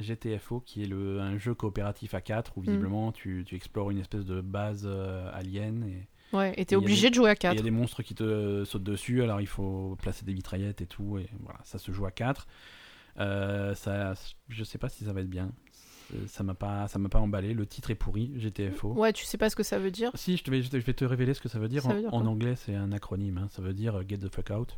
Speaker 1: GTFO qui est le, un jeu coopératif à 4 où visiblement tu, tu explores une espèce de base euh, alien et
Speaker 2: Ouais, et
Speaker 1: Et il y
Speaker 2: t'es
Speaker 1: a
Speaker 2: obligé de jouer à
Speaker 1: et il y a
Speaker 2: quatre.
Speaker 1: des monstres qui te euh, sautent dessus alors il faut placer des mitraillettes et tout et voilà, ça se joue à 4. Euh, ça, je sais pas si ça va être bien. C'est- Ça m'a pas, ça m'a pas emballé. Le titre est pourri, GTFO.
Speaker 2: Ouais, tu sais pas ce que ça veut dire.
Speaker 1: Si, je, te vais, je te- je vais te révéler ce que ça veut dire.
Speaker 2: Ça veut dire
Speaker 1: en, en
Speaker 2: quoi
Speaker 1: anglais, c'est un acronyme. hein. Ça veut dire euh, Get the fuck out.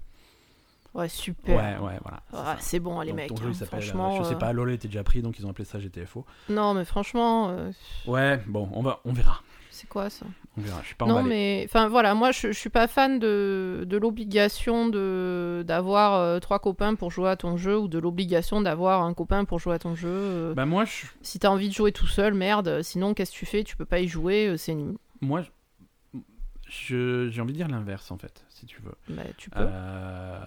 Speaker 2: Ouais,
Speaker 1: Ouais,
Speaker 2: super.
Speaker 1: ouais, voilà. c'est
Speaker 2: Ah,
Speaker 1: ça.
Speaker 2: c'est bon, hein, les
Speaker 1: Donc,
Speaker 2: mecs.
Speaker 1: ton jeu, il
Speaker 2: hein,
Speaker 1: s'appelle, euh,
Speaker 2: franchement.
Speaker 1: je sais
Speaker 2: euh,
Speaker 1: pas, LOL était déjà pris, donc ils ont appelé ça GTFO.
Speaker 2: Non, mais franchement, euh,
Speaker 1: Ouais, bon, on, va, on verra.
Speaker 2: c'est quoi ça
Speaker 1: On verra, je suis pas
Speaker 2: Non,
Speaker 1: emballé.
Speaker 2: mais enfin voilà, moi je, je suis pas fan de, de l'obligation de d'avoir euh, trois copains pour jouer à ton jeu ou de l'obligation d'avoir un copain pour jouer à ton jeu. euh,
Speaker 1: Bah, moi, je,
Speaker 2: Si t'as envie de jouer tout seul, merde. Sinon, qu'est-ce que tu fais Tu peux pas y jouer, euh, c'est nul.
Speaker 1: moi, je- j'ai envie de dire l'inverse, en fait, si tu veux.
Speaker 2: Bah, tu peux.
Speaker 1: Euh,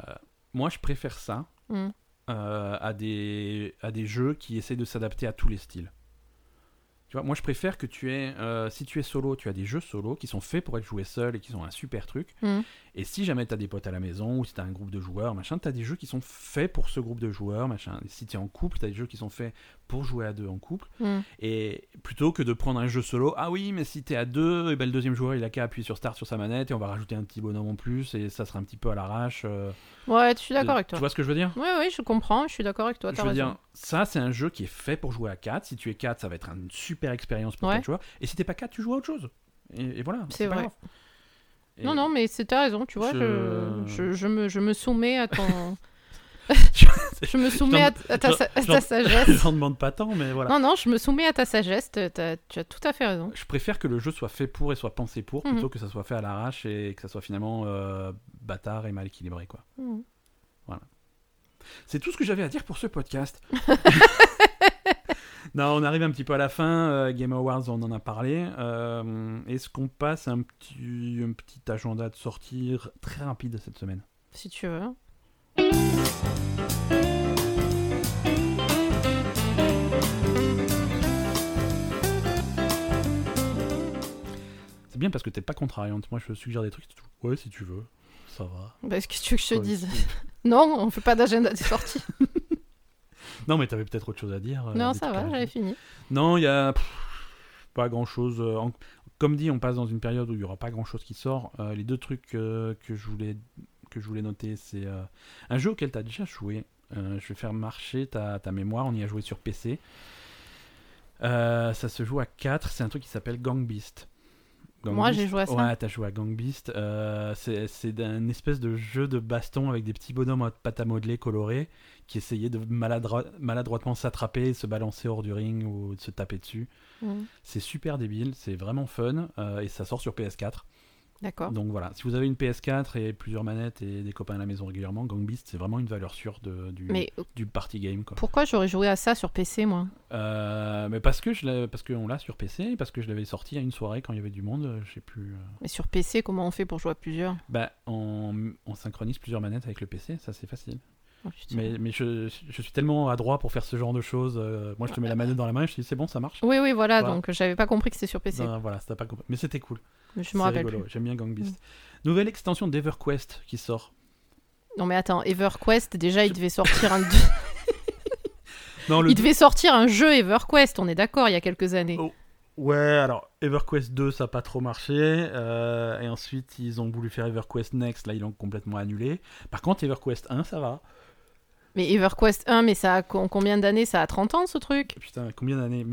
Speaker 1: moi, je préfère ça
Speaker 2: Mm.
Speaker 1: euh, à, des, à des jeux qui essaient de s'adapter à tous les styles. Tu vois, moi, je préfère que tu aies. euh, si tu es solo, tu as des jeux solo qui sont faits pour être joués seul et qui sont un super truc.
Speaker 2: Mm.
Speaker 1: Et si jamais tu as des potes à la maison ou si tu as un groupe de joueurs, machin, tu as des jeux qui sont faits pour ce groupe de joueurs, machin. Et si tu es en couple, tu as des jeux qui sont faits pour jouer à deux en couple.
Speaker 2: Mm.
Speaker 1: Et plutôt que de prendre un jeu solo, ah oui, mais si t'es à deux, et ben le deuxième joueur il a qu'à appuyer sur Start sur sa manette et on va rajouter un petit bonhomme en plus et ça sera un petit peu à l'arrache. euh,
Speaker 2: Ouais, je suis d'accord avec
Speaker 1: Tu
Speaker 2: toi.
Speaker 1: vois ce que je veux dire
Speaker 2: Ouais, ouais, je comprends. Je suis d'accord avec toi.
Speaker 1: Euh, Je
Speaker 2: T'as
Speaker 1: veux
Speaker 2: raison.
Speaker 1: dire, ça c'est un jeu qui est fait pour jouer à 4. Si tu es 4, ça va être une super expérience pour
Speaker 2: Ouais.
Speaker 1: quatre joueurs. Et si t'es pas 4, tu joues à autre chose. Et, et voilà,
Speaker 2: C'est
Speaker 1: c'est pas
Speaker 2: vrai.
Speaker 1: grave. Et-
Speaker 2: Non, non, mais c'est ta raison. Tu vois, je...
Speaker 1: Je-
Speaker 2: Je, je me, je me soumets à ton Je me soumets à, à ta, à ta sagesse.
Speaker 1: J'en demande pas tant, mais voilà.
Speaker 2: Non, non, je me soumets à ta sagesse. t'as- t'as- tu as tout à fait raison.
Speaker 1: Je préfère que le jeu soit fait pour et soit pensé pour
Speaker 2: Mhm.
Speaker 1: plutôt que ça soit fait à l'arrache et que ça soit finalement euh, bâtard et mal équilibré, quoi.
Speaker 2: Mhm.
Speaker 1: C'est tout ce que j'avais à dire pour ce podcast. non, on arrive un petit peu à la fin. euh, Game Awards, on en a parlé. Euh, Est-ce qu'on passe un petit, un petit agenda de sortie r- très rapide cette semaine
Speaker 2: Si tu veux. hein.
Speaker 1: C'est bien parce que t'es pas contrariante. Moi, je suggère des trucs. tu- Ouais, si tu veux, ça va.
Speaker 2: Bah, Qu'est-ce que tu veux que je te
Speaker 1: Ouais,
Speaker 2: dise
Speaker 1: si-
Speaker 2: Non, on fait pas d'agenda des sorties.
Speaker 1: Non, mais t'avais peut-être autre chose à dire. euh,
Speaker 2: non,
Speaker 1: des
Speaker 2: ça
Speaker 1: trucs à
Speaker 2: va,
Speaker 1: la
Speaker 2: j'avais
Speaker 1: fin.
Speaker 2: fini.
Speaker 1: Non, il y a pff, pas grand-chose. euh, en- Comme dit, on passe dans une période où il y aura pas grand-chose qui sort. Euh, les deux trucs euh, que je voulais que je voulais noter, c'est euh, un jeu auquel t'as déjà joué. Euh, je vais faire marcher ta, ta mémoire. On y a joué sur PC. Euh, ça se joue à 4. C'est un truc qui s'appelle Gang Beast. Gang
Speaker 2: Moi,
Speaker 1: Beast,
Speaker 2: j'ai joué à ça.
Speaker 1: Ouais, t'as joué à Gang Beast. Euh, c'est c'est un espèce de jeu de baston avec des petits bonhommes à pâte à modeler colorés qui essayaient de maladro- maladroitement s'attraper et se balancer hors du ring ou de se taper dessus.
Speaker 2: Mhm.
Speaker 1: C'est super débile, c'est vraiment fun euh, et ça sort sur PS4.
Speaker 2: D'accord.
Speaker 1: Donc voilà, si vous avez une PS4 et plusieurs manettes et des copains à la maison régulièrement, Gang Beast c'est vraiment une valeur sûre de, du,
Speaker 2: Mais
Speaker 1: du party game. Quoi.
Speaker 2: pourquoi j'aurais joué à ça sur PC, moi
Speaker 1: Euh, mais parce que je l'ai- parce qu'on l'a sur PC, parce que je l'avais sorti à une soirée quand il y avait du monde, euh, je sais plus. euh,
Speaker 2: Mais sur PC, comment on fait pour jouer à plusieurs
Speaker 1: Bah, on, on synchronise plusieurs manettes avec le PC, ça c'est facile.
Speaker 2: Oh, putain.
Speaker 1: Mais, mais je, je suis tellement adroit pour faire ce genre de choses. euh, moi, je te mets la manette dans la main et je te dis c'est bon, ça marche.
Speaker 2: Oui, oui, voilà,
Speaker 1: Voilà.
Speaker 2: donc euh, j'avais pas compris que c'était sur PC.
Speaker 1: Non, voilà, ça t'a pas compris. Mais c'était cool.
Speaker 2: Mais je me
Speaker 1: C'est
Speaker 2: rappelle
Speaker 1: rigolo,
Speaker 2: plus. Mm.
Speaker 1: J'aime bien Gang Beasts. Nouvelle extension d'EverQuest qui sort.
Speaker 2: Non, mais attends, EverQuest, déjà, il devait sortir un,
Speaker 1: Non, le
Speaker 2: il devait sortir un jeu EverQuest, on est d'accord, il y a quelques années.
Speaker 1: Oh. Ouais, alors EverQuest 2, ça n'a pas trop marché. euh, et ensuite, ils ont voulu faire EverQuest Next. Là, ils l'ont complètement annulé. Par contre, EverQuest 1, ça va.
Speaker 2: Mais EverQuest 1, mais ça a co- combien d'années Ça a 30 ans, ce truc
Speaker 1: Putain, combien d'années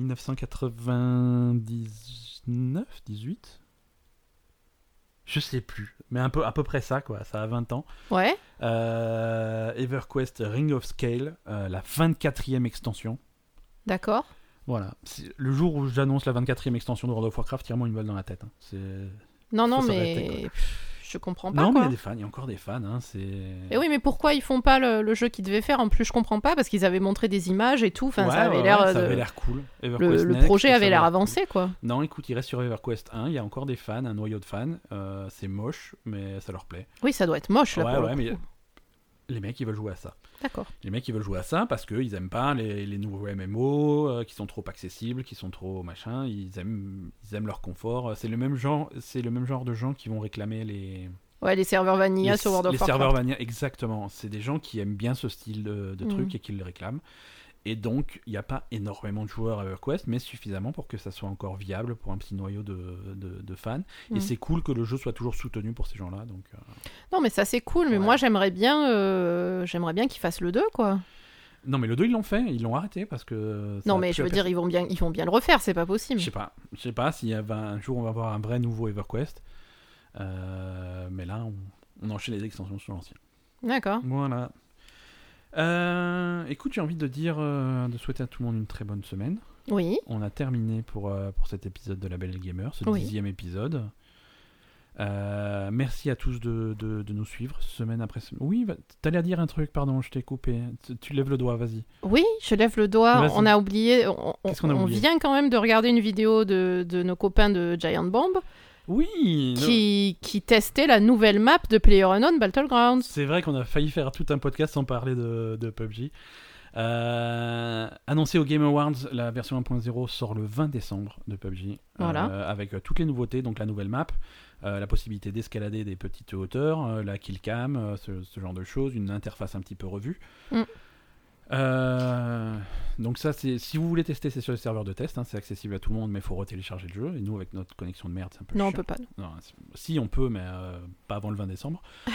Speaker 1: 1999 18 Je sais plus. Mais un peu, à peu près ça, quoi. Ça a 20 ans.
Speaker 2: Ouais
Speaker 1: Euh, EverQuest Ring of Scale, euh, la 24e extension.
Speaker 2: D'accord.
Speaker 1: Voilà. C'est- Le jour où j'annonce la 24e extension de World of Warcraft, tire-moi une balle dans la tête. hein. C'est-
Speaker 2: Non, non,
Speaker 1: s'arrêter,
Speaker 2: mais... pff, Je comprends pas,
Speaker 1: Non, mais il y
Speaker 2: quoi.
Speaker 1: a des fans, il y a encore des fans. hein, C'est...
Speaker 2: Et oui, mais pourquoi ils font pas le, le jeu qu'ils devaient faire En plus, je comprends pas, parce qu'ils avaient montré des images et tout, enfin,
Speaker 1: Ouais,
Speaker 2: ça avait
Speaker 1: ouais,
Speaker 2: l'air... euh,
Speaker 1: ouais,
Speaker 2: de-
Speaker 1: ça avait l'air cool. EverQuest
Speaker 2: Le, le
Speaker 1: Next,
Speaker 2: projet
Speaker 1: ça
Speaker 2: avait l'air
Speaker 1: cool.
Speaker 2: avancé, quoi.
Speaker 1: Non, écoute, il reste sur EverQuest 1, il y a encore des fans, un noyau de fans. euh, c'est moche, mais ça leur plaît.
Speaker 2: Oui, ça doit être moche, là,
Speaker 1: Ouais,
Speaker 2: pour le
Speaker 1: ouais, mais-
Speaker 2: coup.
Speaker 1: Les mecs, ils veulent jouer à ça.
Speaker 2: D'accord.
Speaker 1: Les mecs, ils veulent jouer à ça parce qu'ils aiment pas les, les nouveaux MMO euh, qui sont trop accessibles, qui sont trop machin. Ils aiment, ils aiment leur confort. C'est le même genre, c'est le même genre de gens qui vont réclamer les,
Speaker 2: Ouais, les serveurs vanilla
Speaker 1: les,
Speaker 2: sur World of
Speaker 1: les
Speaker 2: Warcraft.
Speaker 1: serveurs vanilla. Exactement. C'est des gens qui aiment bien ce style de, de
Speaker 2: Mhm.
Speaker 1: truc et qui le réclament. Et donc, il n'y a pas énormément de joueurs à EverQuest, mais suffisamment pour que ça soit encore viable pour un petit noyau de, de- de fans. Et
Speaker 2: Mhm.
Speaker 1: c'est cool que le jeu soit toujours soutenu pour ces gens-là. Donc, euh,
Speaker 2: Non, mais ça c'est cool, mais
Speaker 1: Ouais.
Speaker 2: moi j'aimerais bien, euh, j'aimerais bien qu'ils fassent le 2, quoi.
Speaker 1: non, mais le 2 ils l'ont fait, ils l'ont arrêté parce que. euh, ça
Speaker 2: non,
Speaker 1: a
Speaker 2: mais
Speaker 1: plu
Speaker 2: je
Speaker 1: à
Speaker 2: veux dire, ils vont bien, ils vont bien le refaire, c'est pas possible.
Speaker 1: Je sais pas. Je sais pas s'il y avait un jour on va avoir un vrai nouveau EverQuest. Euh, mais là, on, on enchaîne les extensions sur l'ancien.
Speaker 2: D'accord.
Speaker 1: Voilà. Euh, écoute, j'ai envie de dire, euh, de souhaiter à tout le monde une très bonne semaine.
Speaker 2: Oui.
Speaker 1: On a terminé pour, euh, pour cet épisode de La Belle et le Gamer, ce
Speaker 2: Oui.
Speaker 1: dixième épisode. Euh, merci à tous de, de- de nous suivre semaine après semaine. Oui, va- t'allais à dire un truc, pardon, je t'ai coupé. Tu, tu lèves le doigt, vas-y.
Speaker 2: Oui, je lève le doigt.
Speaker 1: Vas-y.
Speaker 2: On a oublié. On, on-
Speaker 1: Qu'est-ce qu'on a
Speaker 2: on
Speaker 1: oublié
Speaker 2: vient quand même de regarder une vidéo de, de nos copains de Giant Bomb
Speaker 1: Oui non.
Speaker 2: qui, qui testait la nouvelle map de PlayerUnknown Battlegrounds.
Speaker 1: C'est vrai qu'on a failli faire tout un podcast sans parler de, de PUBG. Euh, annoncé au Game Awards, la version 1.0 sort le 20 décembre de PUBG.
Speaker 2: Voilà.
Speaker 1: Euh, avec euh, toutes les nouveautés, donc la nouvelle map, euh, la possibilité d'escalader des petites hauteurs, euh, la killcam, euh, ce, ce genre de choses, une interface un petit peu revue.
Speaker 2: Mm.
Speaker 1: Euh, donc ça, c'est si vous voulez tester, c'est sur les serveurs de test, hein, c'est accessible à tout le monde, mais il faut retélécharger le jeu. Et nous, avec notre connexion de merde, c'est un peu
Speaker 2: Non, on
Speaker 1: chiant.
Speaker 2: peut pas.
Speaker 1: Non, c'est- si on peut, mais euh, pas avant le 20 décembre.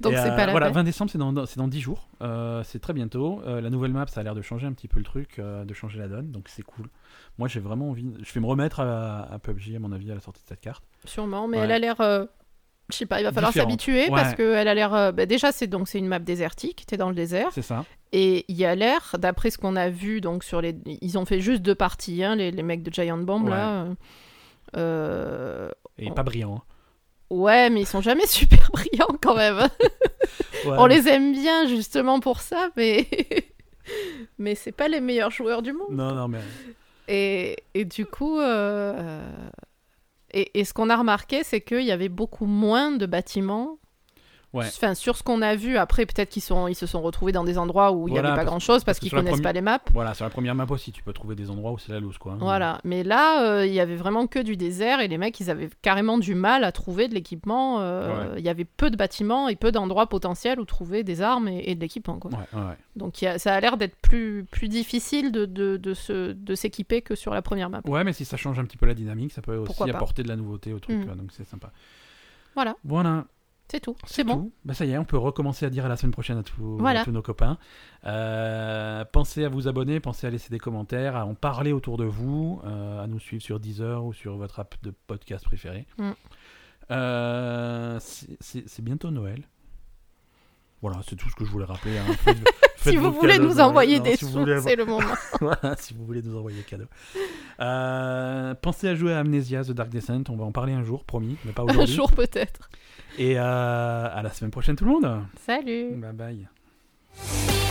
Speaker 2: Donc
Speaker 1: Et,
Speaker 2: c'est
Speaker 1: euh,
Speaker 2: pas la
Speaker 1: Voilà,
Speaker 2: peine.
Speaker 1: 20 décembre, c'est dans, dans- c'est dans 10 jours. Euh, c'est très bientôt. Euh, la nouvelle map, ça a l'air de changer un petit peu le truc, euh, de changer la donne, donc c'est cool. Moi, j'ai vraiment envie. Je vais me remettre à, à PUBG, à mon avis, à la sortie de cette carte.
Speaker 2: Sûrement, mais
Speaker 1: Ouais.
Speaker 2: elle a l'air. euh, je sais pas, il va falloir
Speaker 1: Différente.
Speaker 2: s'habituer
Speaker 1: Ouais.
Speaker 2: parce qu'elle a l'air. euh, bah, déjà, c'est donc c'est une map désertique. T'es dans le désert
Speaker 1: C'est ça.
Speaker 2: et il y a l'air, d'après ce qu'on a vu, donc sur les, ils ont fait juste deux parties, hein, les, les mecs de Giant Bomb
Speaker 1: Ouais.
Speaker 2: là. euh, euh,
Speaker 1: Et pas brillant. hein.
Speaker 2: Ouais, mais ils sont jamais super brillants quand même. hein.
Speaker 1: Ouais.
Speaker 2: On les aime bien justement pour ça, mais mais c'est pas les meilleurs joueurs du monde.
Speaker 1: Non, non, mais.
Speaker 2: Et, et du coup, euh, euh, et, et ce qu'on a remarqué, c'est qu'il y avait beaucoup moins de bâtiments.
Speaker 1: Ouais.
Speaker 2: Enfin, sur ce qu'on a vu, après, peut-être qu'ils sont, ils se sont retrouvés dans des endroits où il n'y
Speaker 1: Voilà,
Speaker 2: avait pas
Speaker 1: parce-
Speaker 2: grand-chose parce
Speaker 1: que
Speaker 2: qu'ils
Speaker 1: sur la
Speaker 2: connaissent
Speaker 1: première-
Speaker 2: pas les maps.
Speaker 1: Voilà, sur la première map aussi, tu peux trouver des endroits où c'est la loose, quoi. hein.
Speaker 2: Voilà. Mais là, euh, il y avait vraiment que du désert et les mecs, ils avaient carrément du mal à trouver de l'équipement. euh, Il y avait peu de bâtiments et peu d'endroits potentiels où trouver des armes et, et de l'équipement, quoi.
Speaker 1: Ouais, ouais, ouais.
Speaker 2: Donc il y a- ça a l'air d'être plus, plus difficile de, de, de se- de s'équiper que sur la première map.
Speaker 1: Ouais, mais si ça change un petit peu la dynamique, ça peut aussi
Speaker 2: Pourquoi pas.
Speaker 1: apporter de la nouveauté au truc,
Speaker 2: Mm.
Speaker 1: quoi, donc c'est sympa.
Speaker 2: Voilà.
Speaker 1: Voilà,
Speaker 2: C'est tout. C'est bon.
Speaker 1: tout. Bah, ça y est, on peut recommencer à dire à la semaine prochaine à, tous-
Speaker 2: Voilà.
Speaker 1: à tous nos copains. Euh, pensez à vous abonner, pensez à laisser des commentaires, à en parler autour de vous, euh, à nous suivre sur Deezer ou sur votre app de podcast préféré.
Speaker 2: Mm.
Speaker 1: Euh, c'est- c'est c'est bientôt Noël. Voilà, c'est tout ce que je voulais rappeler. hein. Faites-
Speaker 2: Si
Speaker 1: faites-vous
Speaker 2: vous voulez
Speaker 1: cadeau
Speaker 2: nous
Speaker 1: de Noël.
Speaker 2: envoyer
Speaker 1: Non,
Speaker 2: des
Speaker 1: si vous
Speaker 2: sous,
Speaker 1: voulez
Speaker 2: c'est le moment.
Speaker 1: Voilà, si vous voulez nous envoyer cadeau. Euh, pensez à jouer à Amnesia The Dark Descent, on va en parler un jour, promis, mais pas
Speaker 2: Un
Speaker 1: aujourd'hui.
Speaker 2: jour peut-être.
Speaker 1: Et euh, à la semaine prochaine tout le monde.
Speaker 2: Salut
Speaker 1: Bye bye.
Speaker 3: Thank